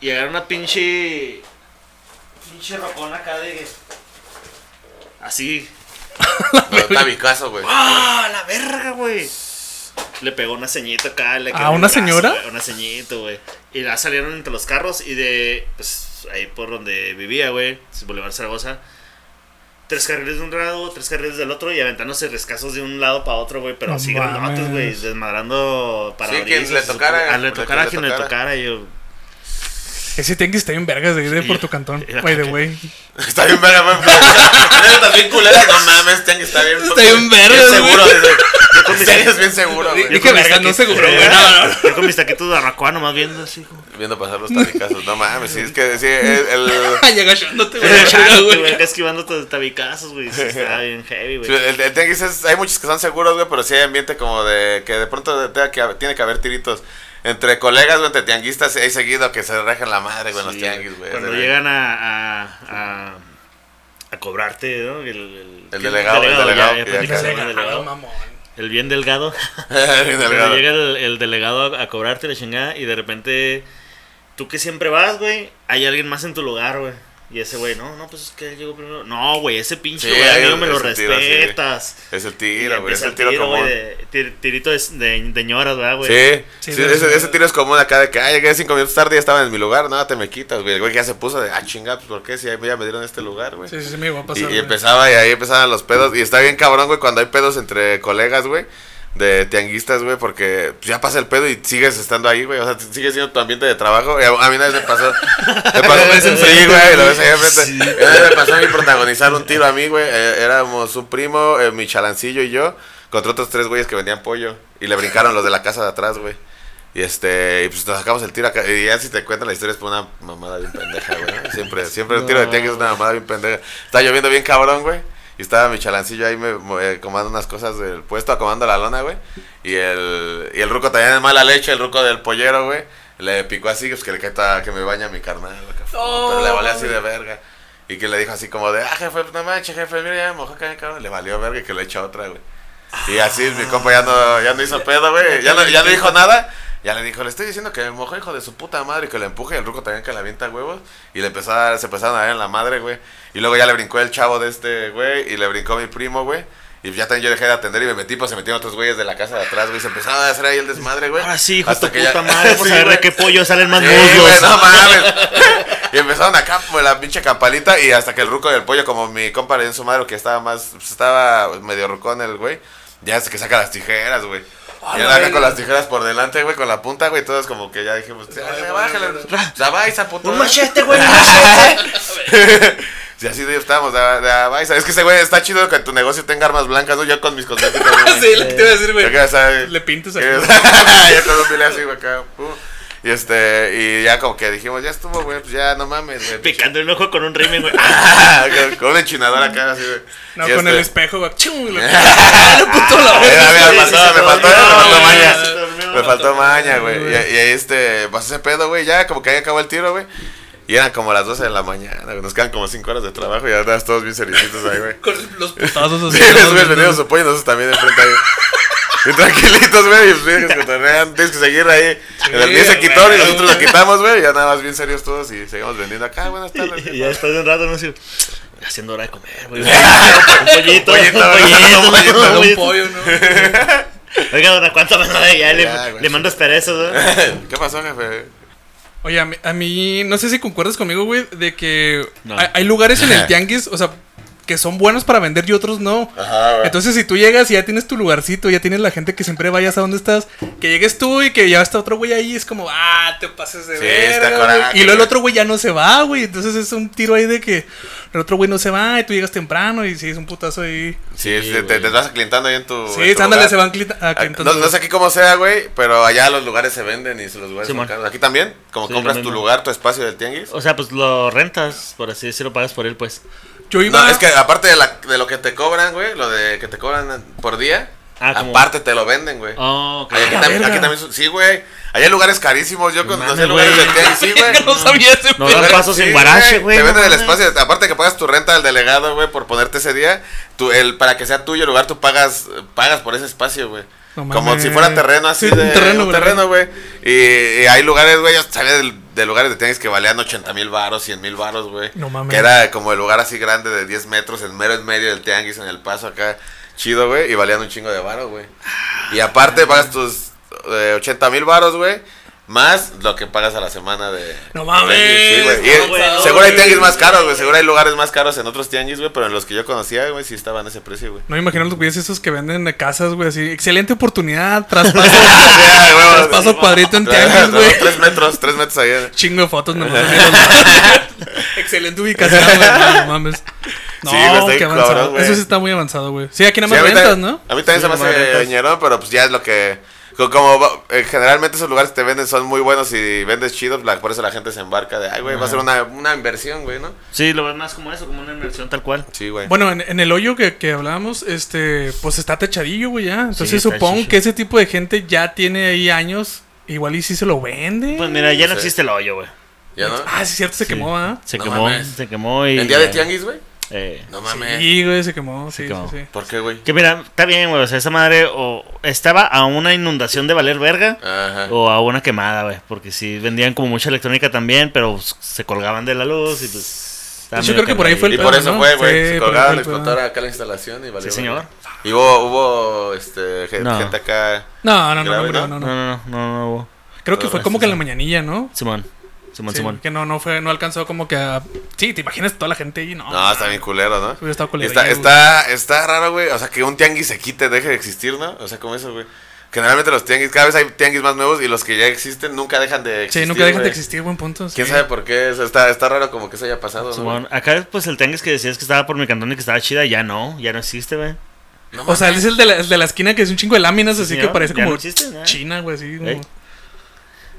[SPEAKER 2] Y agarra una pinche. Pinche rocón acá de. Así.
[SPEAKER 3] No, tabicazo, güey.
[SPEAKER 2] ¡Ah, la verga, güey! Le pegó una ceñita acá. Le
[SPEAKER 1] ¿A
[SPEAKER 2] quebró el
[SPEAKER 1] una
[SPEAKER 2] brazo,
[SPEAKER 1] señora?
[SPEAKER 2] güey, una ceñito, güey. Y la salieron entre los carros y de. Pues ahí por donde vivía, güey. Boulevard Zaragoza. Tres carriles de un lado, tres carriles del otro y aventándose rescasos de un lado para otro, güey. Pero
[SPEAKER 1] No
[SPEAKER 2] así
[SPEAKER 1] mames.
[SPEAKER 2] grandotes, güey. Desmadrando para
[SPEAKER 3] Sí, quien le tocara, pues,
[SPEAKER 2] A Ah, le
[SPEAKER 3] le
[SPEAKER 2] tocara a
[SPEAKER 3] que
[SPEAKER 2] quien
[SPEAKER 3] le
[SPEAKER 2] le
[SPEAKER 3] tocara.
[SPEAKER 2] tocara. Yo,
[SPEAKER 1] Ese tianguis está bien vergas de ir de
[SPEAKER 2] Sí.
[SPEAKER 1] por tu cantón.
[SPEAKER 2] Era
[SPEAKER 1] By the
[SPEAKER 2] caca.
[SPEAKER 1] way.
[SPEAKER 3] Está bien verga, güey. Está bien culera. No mames, Tianguis está bien.
[SPEAKER 1] Está bien verga,
[SPEAKER 3] Bien
[SPEAKER 1] güey.
[SPEAKER 3] seguro.
[SPEAKER 2] con
[SPEAKER 3] dice.
[SPEAKER 2] mis-
[SPEAKER 3] Tianguis bien seguro, güey.
[SPEAKER 1] Dije, verga, no seguro, güey. No, no.
[SPEAKER 2] eh, Yo con mis taquitos de arracuano más viendo así, como.
[SPEAKER 3] Viendo pasar los tabicazos. No mames, sí, es que sí, el. el
[SPEAKER 1] Ah, Llega agachándote, güey.
[SPEAKER 2] Güey, acá esquivando tus tabicazos, güey. sí, Está bien heavy,
[SPEAKER 3] Sí,
[SPEAKER 2] güey.
[SPEAKER 3] El, el tianguis es- hay muchos que son seguros, güey, pero sí hay ambiente como de que de pronto tenga que, tiene que haber tiritos entre colegas, güey, entre tianguistas, hay seguido que se rajan la madre, güey, en los
[SPEAKER 2] Sí,
[SPEAKER 3] tianguis, güey.
[SPEAKER 2] Cuando
[SPEAKER 3] Sí,
[SPEAKER 2] llegan a, a, a, a cobrarte, ¿no? El, el,
[SPEAKER 3] El delegado, el delegado,
[SPEAKER 2] ya,
[SPEAKER 3] que
[SPEAKER 2] ya,
[SPEAKER 3] ya
[SPEAKER 2] pues,
[SPEAKER 3] acá.
[SPEAKER 2] el delegado. El bien delgado.
[SPEAKER 3] Bien delgado.
[SPEAKER 2] Cuando llega el, el delegado a, a cobrarte la chingada y de repente tú que siempre vas, güey, hay alguien más en tu lugar, güey. Y ese güey, no, no, pues es que él llegó primero. No, güey, ese pinche
[SPEAKER 3] Sí,
[SPEAKER 2] güey,
[SPEAKER 3] hay
[SPEAKER 2] a mí no
[SPEAKER 3] un-
[SPEAKER 2] me lo
[SPEAKER 3] ese tiro así, güey.
[SPEAKER 2] respetas.
[SPEAKER 3] Es el
[SPEAKER 2] Y
[SPEAKER 3] tiro, güey, es
[SPEAKER 2] empieza
[SPEAKER 3] el tiro
[SPEAKER 2] güey,
[SPEAKER 3] común.
[SPEAKER 2] de- tir- tirito de, de, de ñoras, ¿verdad, güey?
[SPEAKER 3] Sí,
[SPEAKER 1] Sí,
[SPEAKER 3] sí,
[SPEAKER 1] de-
[SPEAKER 3] ese, ese tiro es común acá de que, ah, llegué cinco minutos tarde y ya estaba en mi lugar, nada, te me quitas, güey. El güey que ya se puso de, ah, chinga, pues, ¿por qué? Si ya me dieron este lugar, güey.
[SPEAKER 1] Sí, sí, sí, me iba a
[SPEAKER 3] Y,
[SPEAKER 1] pasar.
[SPEAKER 3] y
[SPEAKER 1] güey.
[SPEAKER 3] empezaba y ahí empezaban los pedos. Y está bien cabrón, güey, cuando hay pedos entre colegas, güey. De tianguistas, güey, porque pues, ya pasa el pedo y sigues estando ahí, güey. O sea, sigue siendo tu ambiente de trabajo. Y a, a mí una vez me pasó. Me pasó un mes en sí, güey, y lo ves ahí enfrente. Y una vez me pasó a mí protagonizar un tiro a mí, güey. Eh, éramos un primo, eh, mi chalancillo y yo, contra otros tres güeyes que vendían pollo. Y le brincaron los de la casa de atrás, güey. Y este, y pues nos sacamos el tiro acá. Y ya si te cuentan la historia es por una mamada bien pendeja, güey. Siempre, siempre el tiro de tianguis es una mamada bien pendeja. Estaba lloviendo bien cabrón, güey. Y estaba mi chalancillo ahí me, eh, comando unas cosas del puesto, acomodando la lona, güey. Y el, y el ruco también es mala leche, el ruco del pollero, güey. Le picó así, pues que le cata que me baña mi carnal. güey, que fue-
[SPEAKER 1] Oh.
[SPEAKER 3] Pero le valió así de verga. Y que le dijo así como de, ah, jefe, no manches, jefe, mira, ya me mojó acá, cabrón. Le valió verga y que le echa otra, güey. Y así mi
[SPEAKER 2] Ah.
[SPEAKER 3] compa ya no, ya no hizo pedo, güey. Ya no, ya no dijo nada. Ya le dijo, le estoy diciendo que me mojó, hijo de su puta madre, y que le empuje. Y el ruco también que le avienta huevos. Y le empezó a dar- se empezaron a dar en la madre, güey. Y luego ya le brincó el chavo de este, güey. Y le brincó mi primo, güey. Y ya también yo dejé de atender y me metí, pues se metieron otros güeyes de la casa de atrás, güey. Se empezaron a hacer ahí el desmadre, güey.
[SPEAKER 2] Ahora sí, hijo de
[SPEAKER 3] Hasta
[SPEAKER 2] tu
[SPEAKER 3] que ya-
[SPEAKER 2] puta madre, vamos
[SPEAKER 3] Sí,
[SPEAKER 2] a ver de
[SPEAKER 3] güey.
[SPEAKER 2] qué pollo salen más
[SPEAKER 3] Sí,
[SPEAKER 2] muslos.
[SPEAKER 3] güey, no mames. Y empezaron acá por la pinche campanita y hasta que el ruco del pollo, como mi compa le dio en su madre, que estaba más, pues, estaba medio rucón el güey, ya es que saca las tijeras, güey.
[SPEAKER 1] Ah,
[SPEAKER 3] Y él
[SPEAKER 1] la
[SPEAKER 3] acá
[SPEAKER 1] verga.
[SPEAKER 3] con las tijeras por delante, güey, con la punta, güey, todos como que ya dijimos, ya, ya, bájale, ya va esa puta.
[SPEAKER 2] Un machete, güey, un
[SPEAKER 3] Si así de estamos, ya, ya va, esa- es que ese güey está chido que tu negocio tenga armas blancas, ¿no? Yo con mis cosméticos, güey.
[SPEAKER 1] Sí, lo que te iba a decir, güey.
[SPEAKER 3] Yo que, ¿sabes?
[SPEAKER 1] Le pintas aquí.
[SPEAKER 3] ya con un así, güey, acá. pum. Y este, y ya como que dijimos, ya estuvo, güey, pues ya no mames, güey.
[SPEAKER 2] Picando el ojo con un rime, güey. Ah,
[SPEAKER 3] Con- con una enchinadora acá, así, güey.
[SPEAKER 1] No,
[SPEAKER 3] Y
[SPEAKER 1] con el
[SPEAKER 3] este-
[SPEAKER 1] espejo, güey. ¡Chum! Le ¡Ah, le puto la
[SPEAKER 3] Ay,
[SPEAKER 1] verga!
[SPEAKER 3] dale,
[SPEAKER 2] sí,
[SPEAKER 3] me
[SPEAKER 2] sí,
[SPEAKER 3] faltó,
[SPEAKER 2] se
[SPEAKER 3] me faltó,
[SPEAKER 2] durmió,
[SPEAKER 3] me faltó
[SPEAKER 2] güey,
[SPEAKER 3] maña.
[SPEAKER 2] se durmió.
[SPEAKER 3] Me faltó maña, güey. Y, y ahí este, pasó ese pedo, güey, ya como que ahí acabó el tiro, güey. Y eran como las 12 de la mañana, güey. Nos quedan como 5 horas de trabajo y ya andas todos bien cericitos ahí, güey.
[SPEAKER 1] Con los putazos así.
[SPEAKER 3] Sí, les güeyes vendiendo su pollo y nosotros también enfrente ahí. Y tranquilitos, güey, y ustedes que cotorrean, tienes que seguir ahí. El día se quitó y
[SPEAKER 1] güey.
[SPEAKER 3] nosotros lo quitamos, güey, ya nada más bien serios todos y seguimos vendiendo acá, buenas tardes.
[SPEAKER 2] Y
[SPEAKER 3] güey.
[SPEAKER 2] ya después de un rato, no sé, haciendo hora de comer, güey. Un pollito, un
[SPEAKER 3] pollito, un pollito,
[SPEAKER 2] pollito, un
[SPEAKER 1] un
[SPEAKER 2] pollito.
[SPEAKER 1] pollo, ¿no?
[SPEAKER 2] Oiga, dona, ¿cuánto me da? Ya
[SPEAKER 3] Ya,
[SPEAKER 2] le,
[SPEAKER 3] güey,
[SPEAKER 2] le
[SPEAKER 3] sí.
[SPEAKER 2] mandas perezas, ¿no?
[SPEAKER 3] ¿Qué pasó, jefe?
[SPEAKER 1] Oye, a mí, a mí- no sé si concuerdas conmigo, güey, de que
[SPEAKER 2] No.
[SPEAKER 1] hay, hay lugares en el tianguis, o sea, que son buenos para vender y otros no.
[SPEAKER 3] Ajá, güey.
[SPEAKER 1] Entonces, si tú llegas y ya tienes tu lugarcito, ya tienes la gente que siempre vayas a donde estás, que llegues tú y que ya está otro güey ahí, es como, ah, te pases de
[SPEAKER 3] Sí,
[SPEAKER 1] verga,
[SPEAKER 3] está ah,
[SPEAKER 1] güey. Y
[SPEAKER 3] coraje,
[SPEAKER 1] luego el
[SPEAKER 3] güey.
[SPEAKER 1] otro güey ya no se va, güey. Entonces es un tiro ahí de que el otro güey no se va y tú llegas temprano y sí, es un putazo ahí.
[SPEAKER 3] Sí,
[SPEAKER 2] Sí,
[SPEAKER 3] te, te-
[SPEAKER 2] güey.
[SPEAKER 3] te vas aclientando ahí en tu.
[SPEAKER 1] Sí,
[SPEAKER 3] en tu
[SPEAKER 1] ándale,
[SPEAKER 3] lugar.
[SPEAKER 1] se van clita- ah,
[SPEAKER 3] Ah,
[SPEAKER 1] clientando.
[SPEAKER 3] No, no sé aquí cómo sea, güey, pero allá los lugares se venden y se los lugares
[SPEAKER 2] Sí,
[SPEAKER 3] son
[SPEAKER 2] man.
[SPEAKER 3] caros. Aquí también, como
[SPEAKER 2] Sí, lo
[SPEAKER 3] compras tu
[SPEAKER 2] mismo.
[SPEAKER 3] lugar, tu espacio del tianguis.
[SPEAKER 2] O sea, pues lo rentas, por así decirlo, pagas por él, pues.
[SPEAKER 1] Yo iba.
[SPEAKER 3] No, es que aparte de, la- de lo que te cobran, güey, lo de que te cobran por día,
[SPEAKER 2] Ah, como-
[SPEAKER 3] aparte te lo venden, güey.
[SPEAKER 2] Oh, ok.
[SPEAKER 3] Ay, Aquí,
[SPEAKER 1] Ah,
[SPEAKER 3] también,
[SPEAKER 1] verga.
[SPEAKER 3] aquí también su- sí, güey. Allá hay lugares carísimos. Yo conocí
[SPEAKER 2] mames,
[SPEAKER 3] lugares de
[SPEAKER 2] güey.
[SPEAKER 3] tianguis, sí, güey. Mm.
[SPEAKER 1] no sabía ese
[SPEAKER 2] No,
[SPEAKER 1] pedo.
[SPEAKER 2] dan pasos en guarache, güey,
[SPEAKER 3] Te
[SPEAKER 2] no
[SPEAKER 3] venden el
[SPEAKER 2] mames.
[SPEAKER 3] espacio. Aparte que pagas tu renta al delegado, güey, por ponerte ese día. Tú, el, para que sea tuyo el lugar, tú pagas, pagas por ese espacio, güey.
[SPEAKER 1] No
[SPEAKER 3] Como
[SPEAKER 1] mames.
[SPEAKER 3] si fuera terreno así
[SPEAKER 1] Sí,
[SPEAKER 3] de
[SPEAKER 1] un terreno,
[SPEAKER 3] un
[SPEAKER 1] güey.
[SPEAKER 3] terreno, güey. Y, y hay lugares, güey, yo salía del- de, lugares de tianguis que valían 80 mil baros, 100 mil baros, güey.
[SPEAKER 1] No mames.
[SPEAKER 3] Que era como el lugar así grande de 10 metros, en mero en medio del tianguis, en el paso acá. Chido, güey. Y valían un chingo de baros, güey. Y aparte pagas tus eh, 80 mil baros, güey. Más lo que pagas a la semana de.
[SPEAKER 1] No mames.
[SPEAKER 3] Sí, güey. Y
[SPEAKER 2] No, güey, no,
[SPEAKER 3] seguro hay
[SPEAKER 2] güey.
[SPEAKER 3] tianguis más caros, güey. Seguro hay lugares más caros en otros tianguis, güey. Pero en los que yo conocía, güey, sí estaban a ese precio, güey.
[SPEAKER 1] No me imagino los güeyes esos que venden de casas, güey, así. Excelente oportunidad, traspaso.
[SPEAKER 3] Sí, güey,
[SPEAKER 1] traspaso
[SPEAKER 3] sí.
[SPEAKER 1] cuadrito en
[SPEAKER 3] Tres-
[SPEAKER 1] tianguis, güey.
[SPEAKER 3] Tres metros, tres metros ahí.
[SPEAKER 1] Chingo de fotos, me mandaron, güey. Excelente ubicación, güey. No, no mames. No,
[SPEAKER 3] Sí, güey, está bien
[SPEAKER 1] qué avanzado.
[SPEAKER 3] cabrón, güey.
[SPEAKER 1] Eso sí está muy avanzado, güey. Sí, aquí nada
[SPEAKER 3] Sí,
[SPEAKER 1] más
[SPEAKER 3] a mí
[SPEAKER 1] rentas,
[SPEAKER 3] también-
[SPEAKER 1] ¿no?
[SPEAKER 3] A mí también se me
[SPEAKER 2] Sí, nada más
[SPEAKER 3] hace
[SPEAKER 2] rentas.
[SPEAKER 3] ñero, pero pues ya es lo que. co- Como va- eh, generalmente esos lugares que te venden son muy buenos y vendes chidos, la- por eso la gente se embarca de, ay, güey, va a ser una, una inversión, güey, ¿no?
[SPEAKER 2] Sí, lo ven más como eso, como una inversión tal cual.
[SPEAKER 3] Sí, güey.
[SPEAKER 1] Bueno, en, en el hoyo que, que hablábamos, este, pues está techadillo, güey, ya. Entonces
[SPEAKER 2] está
[SPEAKER 1] supongo
[SPEAKER 2] chichi.
[SPEAKER 1] que ese tipo de gente ya tiene ahí años. Igual y sí se lo vende.
[SPEAKER 2] Pues mira, ya no
[SPEAKER 3] Sí.
[SPEAKER 2] existe el hoyo, güey.
[SPEAKER 3] ¿Ya no?
[SPEAKER 1] ah, sí, es cierto, se quemó, ¿ah?
[SPEAKER 2] Se
[SPEAKER 3] No
[SPEAKER 2] quemó,
[SPEAKER 3] mames.
[SPEAKER 2] se quemó y.
[SPEAKER 3] ¿El día de tianguis, güey?
[SPEAKER 2] Eh,
[SPEAKER 3] No mames.
[SPEAKER 1] Sí, güey, se quemó, sí,
[SPEAKER 2] Se quemó.
[SPEAKER 1] sí, sí.
[SPEAKER 3] ¿Por qué, güey?
[SPEAKER 2] Que mira, está bien, güey. O sea, esa madre o estaba a una inundación de valer verga
[SPEAKER 3] Ajá.
[SPEAKER 1] Oh,
[SPEAKER 2] o a una quemada, güey. Porque sí vendían como mucha electrónica también, pero se colgaban de la luz y pues. estaba
[SPEAKER 1] De hecho,
[SPEAKER 2] medio
[SPEAKER 1] creo que por ahí fue el
[SPEAKER 3] Y
[SPEAKER 2] quemadillo.
[SPEAKER 1] pedo,
[SPEAKER 3] por eso
[SPEAKER 1] ¿no?
[SPEAKER 3] fue, güey.
[SPEAKER 1] Sí,
[SPEAKER 3] se
[SPEAKER 1] por
[SPEAKER 3] colgaron
[SPEAKER 1] ahí
[SPEAKER 3] la
[SPEAKER 1] fue el
[SPEAKER 3] explotadora acá la instalación y valió.
[SPEAKER 2] Sí, señor.
[SPEAKER 3] verga. Y hubo, hubo este, gen-
[SPEAKER 2] No.
[SPEAKER 3] gente acá.
[SPEAKER 1] No, no, no, no,
[SPEAKER 3] Grave,
[SPEAKER 1] hombre,
[SPEAKER 3] ¿no?
[SPEAKER 1] no,
[SPEAKER 2] No,
[SPEAKER 1] no.
[SPEAKER 2] no, no, no, no hubo.
[SPEAKER 1] Creo que fue
[SPEAKER 3] No,
[SPEAKER 1] como
[SPEAKER 3] sí,
[SPEAKER 1] que en la
[SPEAKER 3] sí.
[SPEAKER 1] mañanilla, ¿no?
[SPEAKER 2] Simón, Simón,
[SPEAKER 1] Sí,
[SPEAKER 2] Simón.
[SPEAKER 1] que no, no fue, no alcanzó como que a... Sí, te imaginas toda la gente ahí, no.
[SPEAKER 3] No, está bien culero, ¿no?
[SPEAKER 1] Hubiera estado culero
[SPEAKER 3] Está,
[SPEAKER 1] ahí,
[SPEAKER 3] está, está raro, güey. O sea, que un tianguis se quite, deje de existir, ¿no? O sea, como eso, güey. Generalmente los tianguis, cada vez hay tianguis más nuevos y los que ya existen nunca dejan de
[SPEAKER 1] Sí,
[SPEAKER 3] existir.
[SPEAKER 1] nunca dejan de
[SPEAKER 3] güey.
[SPEAKER 1] existir, buen punto.
[SPEAKER 3] ¿Quién
[SPEAKER 1] sí.
[SPEAKER 3] sabe por qué? O sea, está, está raro como que eso haya pasado, ¿no?
[SPEAKER 2] Simón. Acá, pues el tianguis que decías que estaba por mi cantón y que estaba chida, ya no, ya no existe, güey.
[SPEAKER 3] No
[SPEAKER 1] O
[SPEAKER 3] mames.
[SPEAKER 1] sea, él es el de la, el de la esquina que es un chingo de láminas, así
[SPEAKER 2] señor,
[SPEAKER 1] que parece
[SPEAKER 2] ya
[SPEAKER 1] como
[SPEAKER 2] no existe, ¿no?
[SPEAKER 1] China, güey, así. como-
[SPEAKER 2] Ey.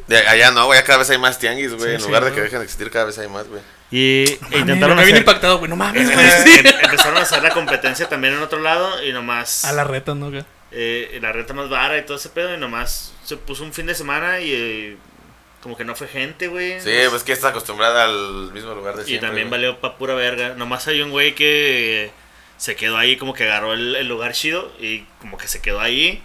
[SPEAKER 3] De allá no, güey. ya Cada vez hay más tianguis, güey.
[SPEAKER 1] Sí,
[SPEAKER 3] en
[SPEAKER 1] sí,
[SPEAKER 3] lugar de
[SPEAKER 1] ¿no?
[SPEAKER 3] que dejen de existir, cada vez hay más, güey.
[SPEAKER 2] Y e
[SPEAKER 1] Mami,
[SPEAKER 2] intentaron
[SPEAKER 1] Ah, Me vine
[SPEAKER 2] hacer.
[SPEAKER 1] impactado, güey, no mames, güey. sí.
[SPEAKER 2] em- Empezaron a hacer la competencia también en otro lado y nomás.
[SPEAKER 1] A la reta, ¿no? güey?
[SPEAKER 2] eh, la renta más barata y todo ese pedo y nomás se puso un fin de semana y eh, como que no fue gente, güey.
[SPEAKER 3] Sí, pues que está acostumbrada al mismo lugar de
[SPEAKER 2] y
[SPEAKER 3] siempre.
[SPEAKER 2] también
[SPEAKER 3] güey.
[SPEAKER 2] valió pa' pura verga. Nomás hay un güey que se quedó ahí, como que agarró el, el lugar chido y como que se quedó ahí.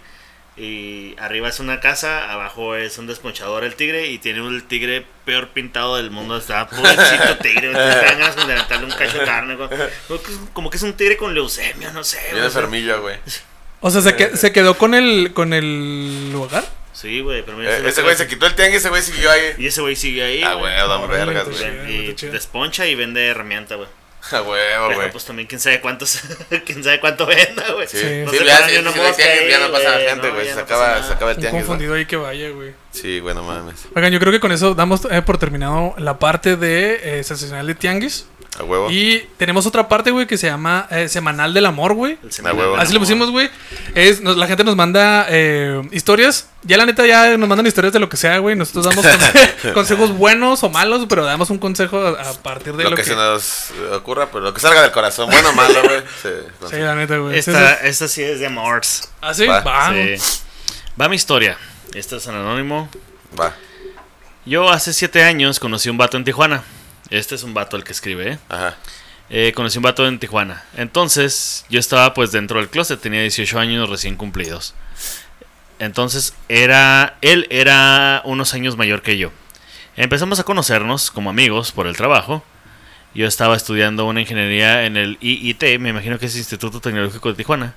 [SPEAKER 2] Y arriba es una casa, abajo es un desponchador el tigre y tiene un tigre peor pintado del mundo. Está pobrecito tigre, güey, te dan ganas como de levantarle un cacho de carne. güey. Como que es- Como que es un tigre con leucemia, no sé.
[SPEAKER 3] Bien
[SPEAKER 2] güey.
[SPEAKER 3] enfermillo, güey. Eh,
[SPEAKER 1] O sea,
[SPEAKER 2] Eh,
[SPEAKER 1] se, que- se quedó con el, con el lugar.
[SPEAKER 2] Sí, güey, pero mira,
[SPEAKER 3] Eh,
[SPEAKER 2] ese
[SPEAKER 3] ese güey se quitó el tianguis, ese güey siguió ahí.
[SPEAKER 2] Y ese güey sigue ahí.
[SPEAKER 3] Ah,
[SPEAKER 2] güey.
[SPEAKER 3] güey, don
[SPEAKER 1] Órale,
[SPEAKER 3] vergas,
[SPEAKER 1] pues,
[SPEAKER 3] güey.
[SPEAKER 1] ya.
[SPEAKER 2] Ven,
[SPEAKER 1] Ah,
[SPEAKER 2] Y
[SPEAKER 1] está chido.
[SPEAKER 2] desponcha y vende herramienta, güey.
[SPEAKER 3] A huevo,
[SPEAKER 2] Pero
[SPEAKER 3] Oh, güey.
[SPEAKER 2] pues también quién sabe cuántos, quién sabe cuánto venda, güey.
[SPEAKER 3] Sí,
[SPEAKER 1] Sí.
[SPEAKER 3] sí,
[SPEAKER 2] No se
[SPEAKER 3] ya,
[SPEAKER 2] para
[SPEAKER 3] sí,
[SPEAKER 2] ni
[SPEAKER 3] sí,
[SPEAKER 2] una
[SPEAKER 3] sí,
[SPEAKER 2] mosca
[SPEAKER 3] tianguis, ya
[SPEAKER 2] ahí,
[SPEAKER 3] no pasa
[SPEAKER 2] güey,
[SPEAKER 3] gente,
[SPEAKER 2] no,
[SPEAKER 3] güey.
[SPEAKER 2] ya
[SPEAKER 3] se,
[SPEAKER 2] no
[SPEAKER 3] acaba,
[SPEAKER 2] pasa
[SPEAKER 3] se
[SPEAKER 2] nada.
[SPEAKER 3] acaba el
[SPEAKER 1] Un
[SPEAKER 3] tianguis. güey.
[SPEAKER 1] confundido ahí que vaya, güey.
[SPEAKER 3] Sí, güey, no mames.
[SPEAKER 1] Oigan, yo creo que con eso damos eh, por terminado la parte de eh, sensacional de Tianguis.
[SPEAKER 3] A
[SPEAKER 2] Oh.
[SPEAKER 3] huevo.
[SPEAKER 1] Y tenemos otra parte, güey, que se llama eh, Semanal del Amor, güey.
[SPEAKER 2] El semanal,
[SPEAKER 3] huevo.
[SPEAKER 2] ¿no?
[SPEAKER 1] Así le pusimos, güey. Es, nos- la gente nos manda eh, historias. Ya la neta, ya nos mandan historias de lo que sea, güey. Nosotros damos conse- consejos buenos o malos, pero damos un consejo a, a partir de
[SPEAKER 3] lo,
[SPEAKER 1] lo,
[SPEAKER 3] que, se nos ocurra, pero lo que salga del corazón, bueno o malo, güey. se-
[SPEAKER 1] Sí, la neta, güey.
[SPEAKER 2] Esta, esta sí es de Mars.
[SPEAKER 1] ¿Ah, sí?
[SPEAKER 3] Va,
[SPEAKER 1] Va. güey.
[SPEAKER 2] Va mi historia. Este es en anónimo.
[SPEAKER 3] Va.
[SPEAKER 2] Yo hace siete años conocí un vato en Tijuana. Este es un vato el que escribe, ¿eh?
[SPEAKER 3] Ajá.
[SPEAKER 2] Eh, conocí un vato en Tijuana. Entonces, yo estaba pues dentro del closet, tenía 18 años recién cumplidos. Entonces, era él era unos años mayor que yo. Empezamos a conocernos como amigos por el trabajo. Yo estaba estudiando una ingeniería en el IIT, me imagino que es Instituto Tecnológico de Tijuana.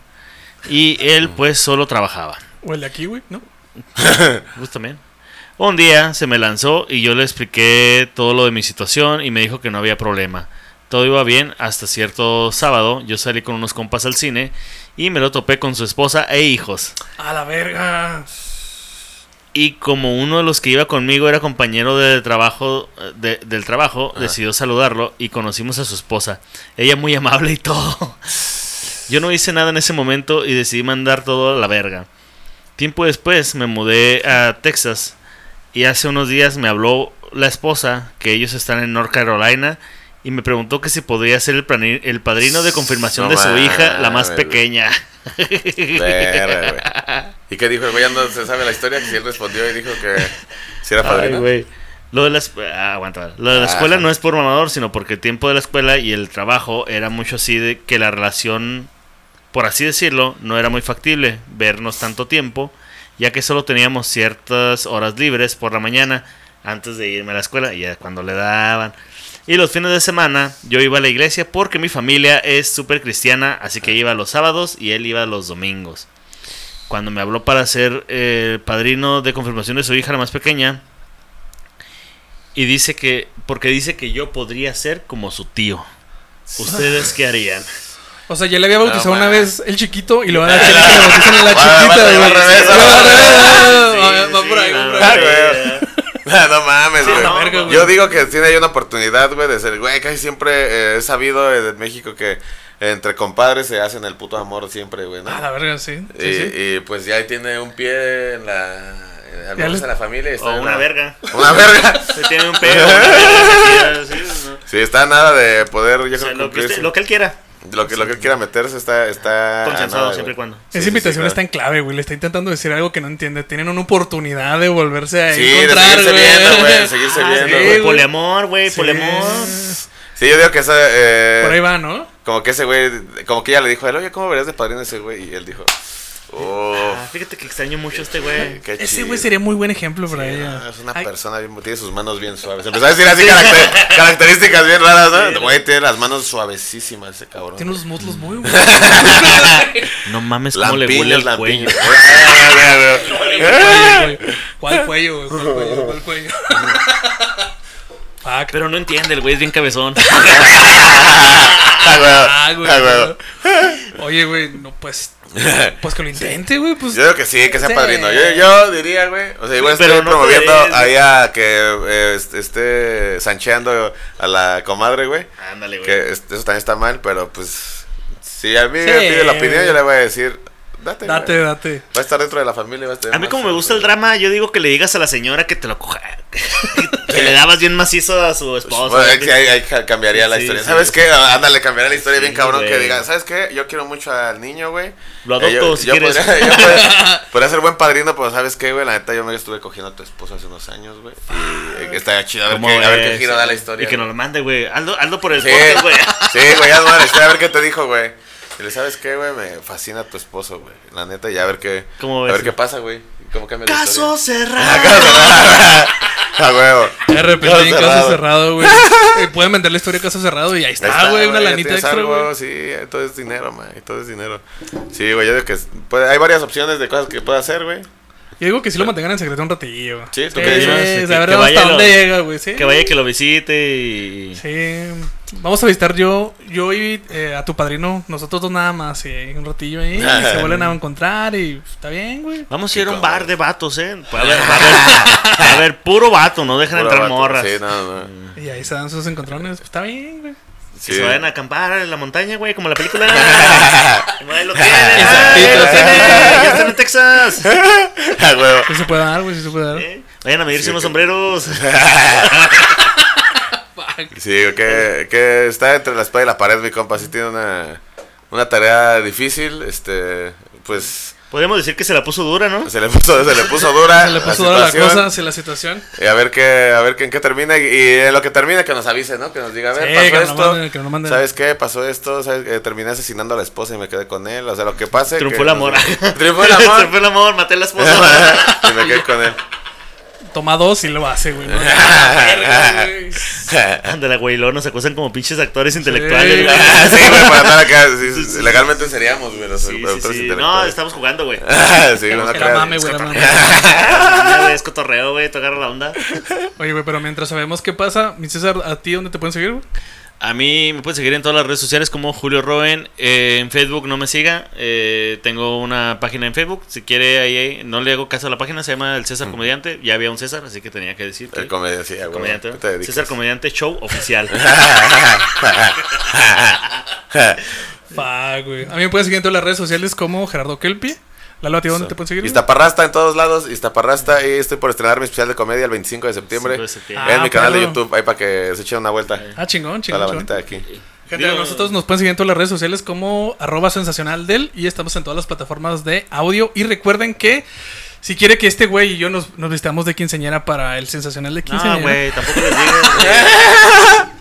[SPEAKER 2] Y él pues solo trabajaba.
[SPEAKER 1] O el de aquí, güey, ¿no?
[SPEAKER 2] Pues también. Un día se me lanzó y yo le expliqué todo lo de mi situación y me dijo que no había problema. Todo iba bien hasta cierto sábado. Yo salí con unos compas al cine y me lo topé con su esposa e hijos.
[SPEAKER 1] A la verga.
[SPEAKER 2] Y como uno de los que iba conmigo era compañero de trabajo, eh, de- del trabajo,
[SPEAKER 3] Ajá.
[SPEAKER 2] decidió saludarlo y conocimos a su esposa. Ella muy amable y todo. Yo no hice nada en ese momento y decidí mandar todo a la verga. Tiempo después me mudé a Texas y hace unos días me habló la esposa, que ellos están en North Carolina, y me preguntó que si podría ser el, plani- el padrino de confirmación
[SPEAKER 3] No
[SPEAKER 2] de su hija, la más
[SPEAKER 3] mames.
[SPEAKER 2] pequeña.
[SPEAKER 3] Verga, güey. ¿Y qué dijo el güey? Ya no se sabe la historia. Que si él respondió y dijo que si era
[SPEAKER 2] Ay,
[SPEAKER 3] padrino.
[SPEAKER 2] güey. Lo de la, esp- ah, aguanta, lo de la
[SPEAKER 3] Ah,
[SPEAKER 2] escuela
[SPEAKER 3] ajá.
[SPEAKER 2] no es por mamador, sino porque el tiempo de la escuela y el trabajo era mucho así de que la relación por así decirlo, no era muy factible vernos tanto tiempo, ya que solo teníamos ciertas horas libres por la mañana antes de irme a la escuela, y ya cuando le daban. Y los fines de semana yo iba a la iglesia porque mi familia es súper cristiana, así
[SPEAKER 3] Ah.
[SPEAKER 2] que iba los sábados y él iba los domingos. Cuando me habló para ser eh, padrino de confirmación de su hija, la más pequeña, y dice que, porque dice que yo podría ser como su tío. ¿Ustedes qué harían?
[SPEAKER 1] O sea, ya le había bautizado
[SPEAKER 3] No,
[SPEAKER 1] una
[SPEAKER 3] man.
[SPEAKER 1] vez el chiquito y lo van a hacer que le bautizan a la
[SPEAKER 3] Va, va,
[SPEAKER 1] chiquita,
[SPEAKER 3] va, va,
[SPEAKER 1] güey.
[SPEAKER 3] al revés,
[SPEAKER 1] Va,
[SPEAKER 3] va,
[SPEAKER 1] va, va,
[SPEAKER 3] va,
[SPEAKER 1] va,
[SPEAKER 2] Sí,
[SPEAKER 1] Ah, va, va
[SPEAKER 2] sí,
[SPEAKER 1] por ahí, va
[SPEAKER 2] no,
[SPEAKER 1] por
[SPEAKER 2] no,
[SPEAKER 1] ahí.
[SPEAKER 2] güey.
[SPEAKER 3] no mames,
[SPEAKER 2] Sí,
[SPEAKER 3] güey.
[SPEAKER 2] no,
[SPEAKER 1] verga,
[SPEAKER 2] no,
[SPEAKER 1] güey.
[SPEAKER 3] Yo digo que tiene ahí una oportunidad, güey, de ser, güey, casi siempre eh, he sabido eh, de México que entre compadres se hacen el puto amor siempre, güey, ¿no?
[SPEAKER 1] Ah, la verga, sí.
[SPEAKER 3] y,
[SPEAKER 1] Sí, sí.
[SPEAKER 3] y, pues ya ahí tiene un pie en la. en- Al
[SPEAKER 1] Ya
[SPEAKER 3] menos
[SPEAKER 1] le-
[SPEAKER 3] en la familia. y está
[SPEAKER 2] O
[SPEAKER 3] en
[SPEAKER 2] una
[SPEAKER 3] la-
[SPEAKER 2] verga.
[SPEAKER 3] Una verga.
[SPEAKER 2] Se tiene un pedo. una verga, sí, sí, no.
[SPEAKER 3] Sí, está a nada de poder, yo
[SPEAKER 2] O sea,
[SPEAKER 3] creo,
[SPEAKER 2] lo, que
[SPEAKER 3] cumplir
[SPEAKER 2] usted-
[SPEAKER 3] su-
[SPEAKER 2] lo que él quiera.
[SPEAKER 3] lo que, lo que él quiera meterse está. está
[SPEAKER 2] Consensuado
[SPEAKER 3] a nada,
[SPEAKER 2] siempre y
[SPEAKER 3] güey.
[SPEAKER 2] cuando.
[SPEAKER 3] Sí,
[SPEAKER 1] Esa
[SPEAKER 3] sí,
[SPEAKER 1] invitación
[SPEAKER 3] sí,
[SPEAKER 1] está en clave, güey. Le está intentando decir algo que no entiende. Tienen una oportunidad de volverse a
[SPEAKER 3] Sí, de
[SPEAKER 1] encontrar,
[SPEAKER 3] seguirse
[SPEAKER 1] güey.
[SPEAKER 3] viendo, güey, de seguirse
[SPEAKER 2] Ah,
[SPEAKER 3] viendo,
[SPEAKER 2] sí,
[SPEAKER 1] güey.
[SPEAKER 2] Poliamor, güey, poliamor.
[SPEAKER 1] Sí.
[SPEAKER 3] Sí, yo digo que esa. eh,
[SPEAKER 1] Por ahí va, ¿no?
[SPEAKER 3] Como que ese güey, como que ella le dijo a él, oye, ¿cómo verías de padrino ese güey? Y él dijo, oh,
[SPEAKER 2] Ah, fíjate que extraño mucho a este güey.
[SPEAKER 3] qué
[SPEAKER 1] Ese
[SPEAKER 3] chido".
[SPEAKER 1] güey sería muy buen ejemplo para
[SPEAKER 3] Ah,
[SPEAKER 1] ella.
[SPEAKER 3] Es una
[SPEAKER 1] Ay,
[SPEAKER 3] persona bien, tiene sus manos bien suaves. Empezó a decir así caracter- características bien raras, ¿no? El Güey, tiene las manos suavecísimas ese cabrón.
[SPEAKER 1] Tiene unos muslos muy buenos.
[SPEAKER 2] No mames, cómo le huele
[SPEAKER 3] Lampiños,
[SPEAKER 2] el cuello.
[SPEAKER 3] lampiños. Ah, ya, ya.
[SPEAKER 1] ¿Cuál cuello, güey? ¿Cuál cuello, güey? ¿Cuál cuello? ¿Cuál cuello? Fuck.
[SPEAKER 2] Pero no entiende, el güey es bien cabezón.
[SPEAKER 3] Ah, güey,
[SPEAKER 1] Ah, güey.
[SPEAKER 3] ah, güey.
[SPEAKER 1] Oye, güey, no, pues. Pues que lo intente, güey. Pues.
[SPEAKER 3] Yo digo que sí, que sea
[SPEAKER 1] Sí.
[SPEAKER 3] padrino. Yo, yo diría, güey. O sea, igual estoy
[SPEAKER 2] Pero no
[SPEAKER 3] promoviendo
[SPEAKER 2] puedes, güey.
[SPEAKER 3] ahí a que eh, est- esté sancheando a la comadre, güey.
[SPEAKER 2] Ándale, güey.
[SPEAKER 3] Que es- eso también está mal, pero pues. Si a mí
[SPEAKER 1] Sí.
[SPEAKER 3] me pide la opinión, yo le voy a decir. Date,
[SPEAKER 1] Date,
[SPEAKER 3] güey.
[SPEAKER 1] date.
[SPEAKER 3] Va a estar dentro de la familia. Va a, estar
[SPEAKER 2] A mí
[SPEAKER 3] más-
[SPEAKER 2] como me gusta el drama, yo digo que le digas a la señora que te lo coja. que le dabas bien macizo a su esposa.
[SPEAKER 3] Pues, Bueno, ahí, ahí- ahí ca- cambiaría la
[SPEAKER 2] Sí,
[SPEAKER 3] historia.
[SPEAKER 2] sí.
[SPEAKER 3] ¿Sabes qué? Ah, Ándale, cambiaría la historia
[SPEAKER 2] Sí,
[SPEAKER 3] bien cabrón que
[SPEAKER 2] güey.
[SPEAKER 3] diga. ¿Sabes qué? Yo quiero mucho al niño, güey.
[SPEAKER 2] Lo
[SPEAKER 3] Eh, yo-
[SPEAKER 2] adopto, si
[SPEAKER 3] yo
[SPEAKER 2] quieres.
[SPEAKER 3] Podría, yo podría- podría ser buen padrino, pero ¿sabes qué, güey? La neta, yo me estuve cogiendo a tu esposo hace unos años, güey. Y eh, estaría chido a ver,
[SPEAKER 2] ¿Cómo
[SPEAKER 3] qué, a ver qué
[SPEAKER 2] ves?
[SPEAKER 3] giro da la historia.
[SPEAKER 2] Y que nos lo mande, güey. Hazlo, hazlo por el
[SPEAKER 3] Sí,
[SPEAKER 2] podcast, güey.
[SPEAKER 3] sí, güey, ya madre, estoy a ver qué te dijo, güey. Y le sabes qué, güey, me fascina tu esposo, güey. La neta, ya a ver qué,
[SPEAKER 2] ¿Cómo
[SPEAKER 3] a
[SPEAKER 2] ves?
[SPEAKER 3] ver qué pasa, güey. ¿Cómo cambia la
[SPEAKER 2] Caso
[SPEAKER 3] historia? Ah,
[SPEAKER 2] cerrado.
[SPEAKER 3] A huevo.
[SPEAKER 1] De repente en caso
[SPEAKER 3] cerrado.
[SPEAKER 1] cerrado, güey. Eh, Pueden vender la historia de caso cerrado y ahí
[SPEAKER 3] Ahí
[SPEAKER 1] está,
[SPEAKER 3] está,
[SPEAKER 1] Ah, güey. Una
[SPEAKER 3] ya
[SPEAKER 1] lanita
[SPEAKER 3] tienes
[SPEAKER 1] extra,
[SPEAKER 3] algo,
[SPEAKER 1] güey.
[SPEAKER 3] Sí, todo es dinero, man. Todo es dinero. Sí, güey, yo digo que es- puede- hay varias opciones de cosas que puede hacer, güey.
[SPEAKER 1] Yo digo que sí lo mantengan en secreto un ratillo. güey.
[SPEAKER 3] Sí, ¿tú qué dices?
[SPEAKER 1] Sí,
[SPEAKER 2] Que-
[SPEAKER 1] a ver
[SPEAKER 2] que vaya
[SPEAKER 1] hasta
[SPEAKER 2] lo-
[SPEAKER 1] dónde llega, güey. Sí.
[SPEAKER 2] Que vaya que lo visite y...
[SPEAKER 1] Sí. Vamos a visitar yo, yo y eh, a tu padrino, nosotros dos nada más, sí, un ratillo ahí, y se vuelven a encontrar y pues, está bien, güey.
[SPEAKER 2] Vamos a ir a un
[SPEAKER 3] Chico,
[SPEAKER 2] bar de vatos, ¿eh? A ver, a ver, a ver, puro vato, no dejan
[SPEAKER 3] Puro
[SPEAKER 2] entrar
[SPEAKER 3] vato.
[SPEAKER 2] morras.
[SPEAKER 3] Sí, no, no.
[SPEAKER 1] Y ahí se dan sus encontrones, pues, está bien, güey.
[SPEAKER 2] Que
[SPEAKER 3] Sí.
[SPEAKER 2] se vayan a acampar en la montaña, güey, como la película. Ahí lo tienen,
[SPEAKER 3] Exactito,
[SPEAKER 2] ahí lo
[SPEAKER 3] exacto.
[SPEAKER 2] tienen, ya están en Texas.
[SPEAKER 3] A huevo.
[SPEAKER 1] Sí se puede dar, güey, sí se puede dar.
[SPEAKER 2] ¿Eh? Vayan a medirse
[SPEAKER 3] Sí,
[SPEAKER 2] unos
[SPEAKER 3] que-
[SPEAKER 2] sombreros.
[SPEAKER 3] Sí, digo que, que está entre la espada y la pared, mi compa. Sí tiene una, una tarea difícil. Este, pues
[SPEAKER 2] Podríamos decir que se la puso dura, ¿no?
[SPEAKER 3] se le puso, se le puso dura.
[SPEAKER 1] Se le puso dura la
[SPEAKER 3] situación.
[SPEAKER 1] cosa, sí, la situación.
[SPEAKER 3] Y a ver qué, a ver qué, en qué termina. Y, y en lo que termine, que nos avise, ¿no? Que nos diga, a ver,
[SPEAKER 1] Sí, que
[SPEAKER 3] pasó
[SPEAKER 1] nos lo
[SPEAKER 3] esto.
[SPEAKER 1] manden, que nos lo manden.
[SPEAKER 3] ¿Sabes qué? Pasó esto. ¿sabes? Eh, terminé asesinando a la esposa y me quedé con él. O sea, lo que pase.
[SPEAKER 2] Triunfó
[SPEAKER 3] que-
[SPEAKER 2] el amor.
[SPEAKER 3] Triunfó el amor.
[SPEAKER 2] Triunfó el amor, maté a la esposa.
[SPEAKER 3] y me quedé con él.
[SPEAKER 1] Toma dos y lo hace, güey. ¿no?
[SPEAKER 2] Ándale, güey, luego nos acusan como pinches actores
[SPEAKER 1] Sí,
[SPEAKER 2] intelectuales. güey.
[SPEAKER 3] Ah, sí, güey, para estar acá. sí, legalmente seríamos, güey, los
[SPEAKER 2] Sí, sí,
[SPEAKER 3] productores
[SPEAKER 2] sí. No,
[SPEAKER 3] intelectuales. Ah,
[SPEAKER 2] estamos jugando, güey.
[SPEAKER 3] sí, güey, no
[SPEAKER 1] Era
[SPEAKER 3] creas.
[SPEAKER 1] mame, güey, era mame.
[SPEAKER 2] Ah, güey, Es cotorreo, güey, tú agarras la onda.
[SPEAKER 1] Oye, güey, pero mientras sabemos qué pasa, mi César, ¿a ti dónde te pueden seguir? güey?
[SPEAKER 2] A mí me pueden seguir en todas las redes sociales como Julio Roen. Eh, en Facebook no me siga. eh, tengo una página en Facebook. Si quiere, ahí, ahí, no le hago caso a la página. Se llama El César Comediante. Ya había un César, así que tenía que decir. que-
[SPEAKER 3] Mm. El comediante, sí, güey.
[SPEAKER 2] comediante.
[SPEAKER 3] ¿Qué te dedicas?
[SPEAKER 2] César Comediante Show Oficial.
[SPEAKER 1] Fuck, güey. A mí me pueden seguir en todas las redes sociales como Gerardo Kelpie. Lalo, ¿a ti dónde te pueden seguir? güey?
[SPEAKER 3] Iztaparrasta en todos lados, Iztaparrasta. Y estoy por estrenar mi especial de comedia el 25 de septiembre.
[SPEAKER 2] 5 de septiembre.
[SPEAKER 3] en
[SPEAKER 1] Ah,
[SPEAKER 3] mi canal de
[SPEAKER 1] perro.
[SPEAKER 3] YouTube, ahí para que se echen una vuelta.
[SPEAKER 1] Ah, chingón,
[SPEAKER 3] A la
[SPEAKER 1] chingón. chingón.
[SPEAKER 3] bandita de aquí.
[SPEAKER 1] Gente,
[SPEAKER 2] Digo-
[SPEAKER 1] nosotros nos pueden seguir en todas las redes sociales como arroba sensacional del y estamos en todas las plataformas de audio. Y recuerden que si quiere que este güey y yo nos, nos vistamos de quinceañera para el sensacional de
[SPEAKER 2] No,
[SPEAKER 1] quinceañera.
[SPEAKER 2] güey, tampoco les digo. güey. estamos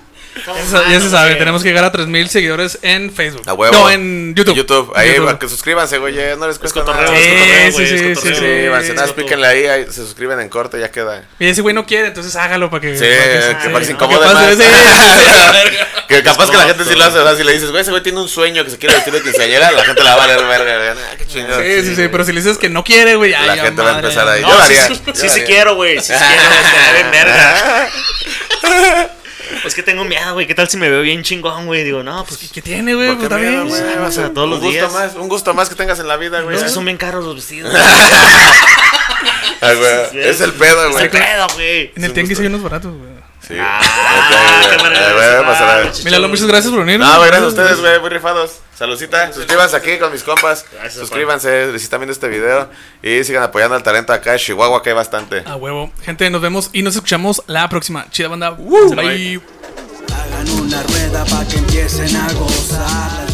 [SPEAKER 1] Ya se-
[SPEAKER 2] mal,
[SPEAKER 1] ya se
[SPEAKER 2] Ah, no
[SPEAKER 1] sabe,
[SPEAKER 2] sé.
[SPEAKER 1] tenemos que llegar a 3000 seguidores en Facebook.
[SPEAKER 3] A huevo.
[SPEAKER 1] No, en YouTube.
[SPEAKER 3] YouTube. Ahí
[SPEAKER 1] YouTube.
[SPEAKER 3] va, que suscríbanse, güey. ya No les
[SPEAKER 2] Es
[SPEAKER 3] cuesta
[SPEAKER 2] cotorreo,
[SPEAKER 3] nada.
[SPEAKER 2] es
[SPEAKER 1] Sí,
[SPEAKER 2] cotorreo,
[SPEAKER 1] sí,
[SPEAKER 2] güey, es
[SPEAKER 1] sí,
[SPEAKER 3] Sí,
[SPEAKER 2] cotorreo.
[SPEAKER 1] sí,
[SPEAKER 3] sí,
[SPEAKER 2] güey,
[SPEAKER 3] van, si
[SPEAKER 2] es
[SPEAKER 3] nada más
[SPEAKER 2] cotorreo.
[SPEAKER 3] píquenle ahí, ahí se suscriben en corto, ya queda.
[SPEAKER 1] Y ese güey no quiere, entonces hágalo para que.
[SPEAKER 3] Sí, que para que se incomode
[SPEAKER 1] capaz
[SPEAKER 3] más.
[SPEAKER 1] de- sí, sí, sí, a la verga.
[SPEAKER 3] Que capaz que la gente
[SPEAKER 2] correcto.
[SPEAKER 3] sí lo hace, ¿verdad? Si le dices, güey, ese güey tiene un sueño que se quiere vestir de quinceañera, la gente la va a valer verga, güey. Ah, qué chingado.
[SPEAKER 1] Sí, sí, sí, pero si le dices que no quiere, güey, ay,
[SPEAKER 3] La
[SPEAKER 1] ya
[SPEAKER 3] gente va a
[SPEAKER 1] madre.
[SPEAKER 3] empezar ahí.
[SPEAKER 2] No,
[SPEAKER 3] Yo lo
[SPEAKER 2] sí,
[SPEAKER 3] haría.
[SPEAKER 2] sí,
[SPEAKER 3] yo
[SPEAKER 2] sí,
[SPEAKER 3] lo
[SPEAKER 2] sí
[SPEAKER 3] haría.
[SPEAKER 2] quiero, güey. Sí, sí quiero, güey. estaría bien verga. Es que tengo miedo, güey. ¿Qué tal si me veo bien chingón, güey? Digo, no, pues.
[SPEAKER 1] ¿Qué tiene, güey? Pues
[SPEAKER 3] ¿Por qué
[SPEAKER 1] está
[SPEAKER 3] miedo,
[SPEAKER 1] bien,
[SPEAKER 3] güey?
[SPEAKER 1] güey.
[SPEAKER 2] o sea, todos
[SPEAKER 3] un
[SPEAKER 2] los
[SPEAKER 3] gusto
[SPEAKER 2] días.
[SPEAKER 3] más, un gusto más que tengas en la vida, güey.
[SPEAKER 2] Es que
[SPEAKER 3] Ah,
[SPEAKER 1] ¿eh?
[SPEAKER 2] son bien caros los vestidos.
[SPEAKER 3] güey,
[SPEAKER 2] Sí,
[SPEAKER 3] Es el pedo,
[SPEAKER 2] Es
[SPEAKER 3] güey.
[SPEAKER 2] el pedo, güey.
[SPEAKER 1] En el tianguis hay unos baratos, güey.
[SPEAKER 3] Sí.
[SPEAKER 2] Ah,
[SPEAKER 3] Ok,
[SPEAKER 2] qué
[SPEAKER 3] güey.
[SPEAKER 2] manera
[SPEAKER 3] Ah,
[SPEAKER 2] de
[SPEAKER 3] güey,
[SPEAKER 2] cerrar,
[SPEAKER 3] pasará.
[SPEAKER 2] muchachos.
[SPEAKER 1] Míralo, muchas gracias por venir.
[SPEAKER 3] No, güey, gracias a ustedes, güey, muy rifados. Saludcita, suscríbanse aquí con mis compas.
[SPEAKER 2] Gracias,
[SPEAKER 3] Suscríbanse, si están viendo este video y sigan apoyando al talento acá en Chihuahua, que hay bastante.
[SPEAKER 1] A Ah, huevo. Gente, nos vemos y nos escuchamos la próxima. Chida banda. Bye.
[SPEAKER 4] Hagan una rueda para que empiecen a gozar.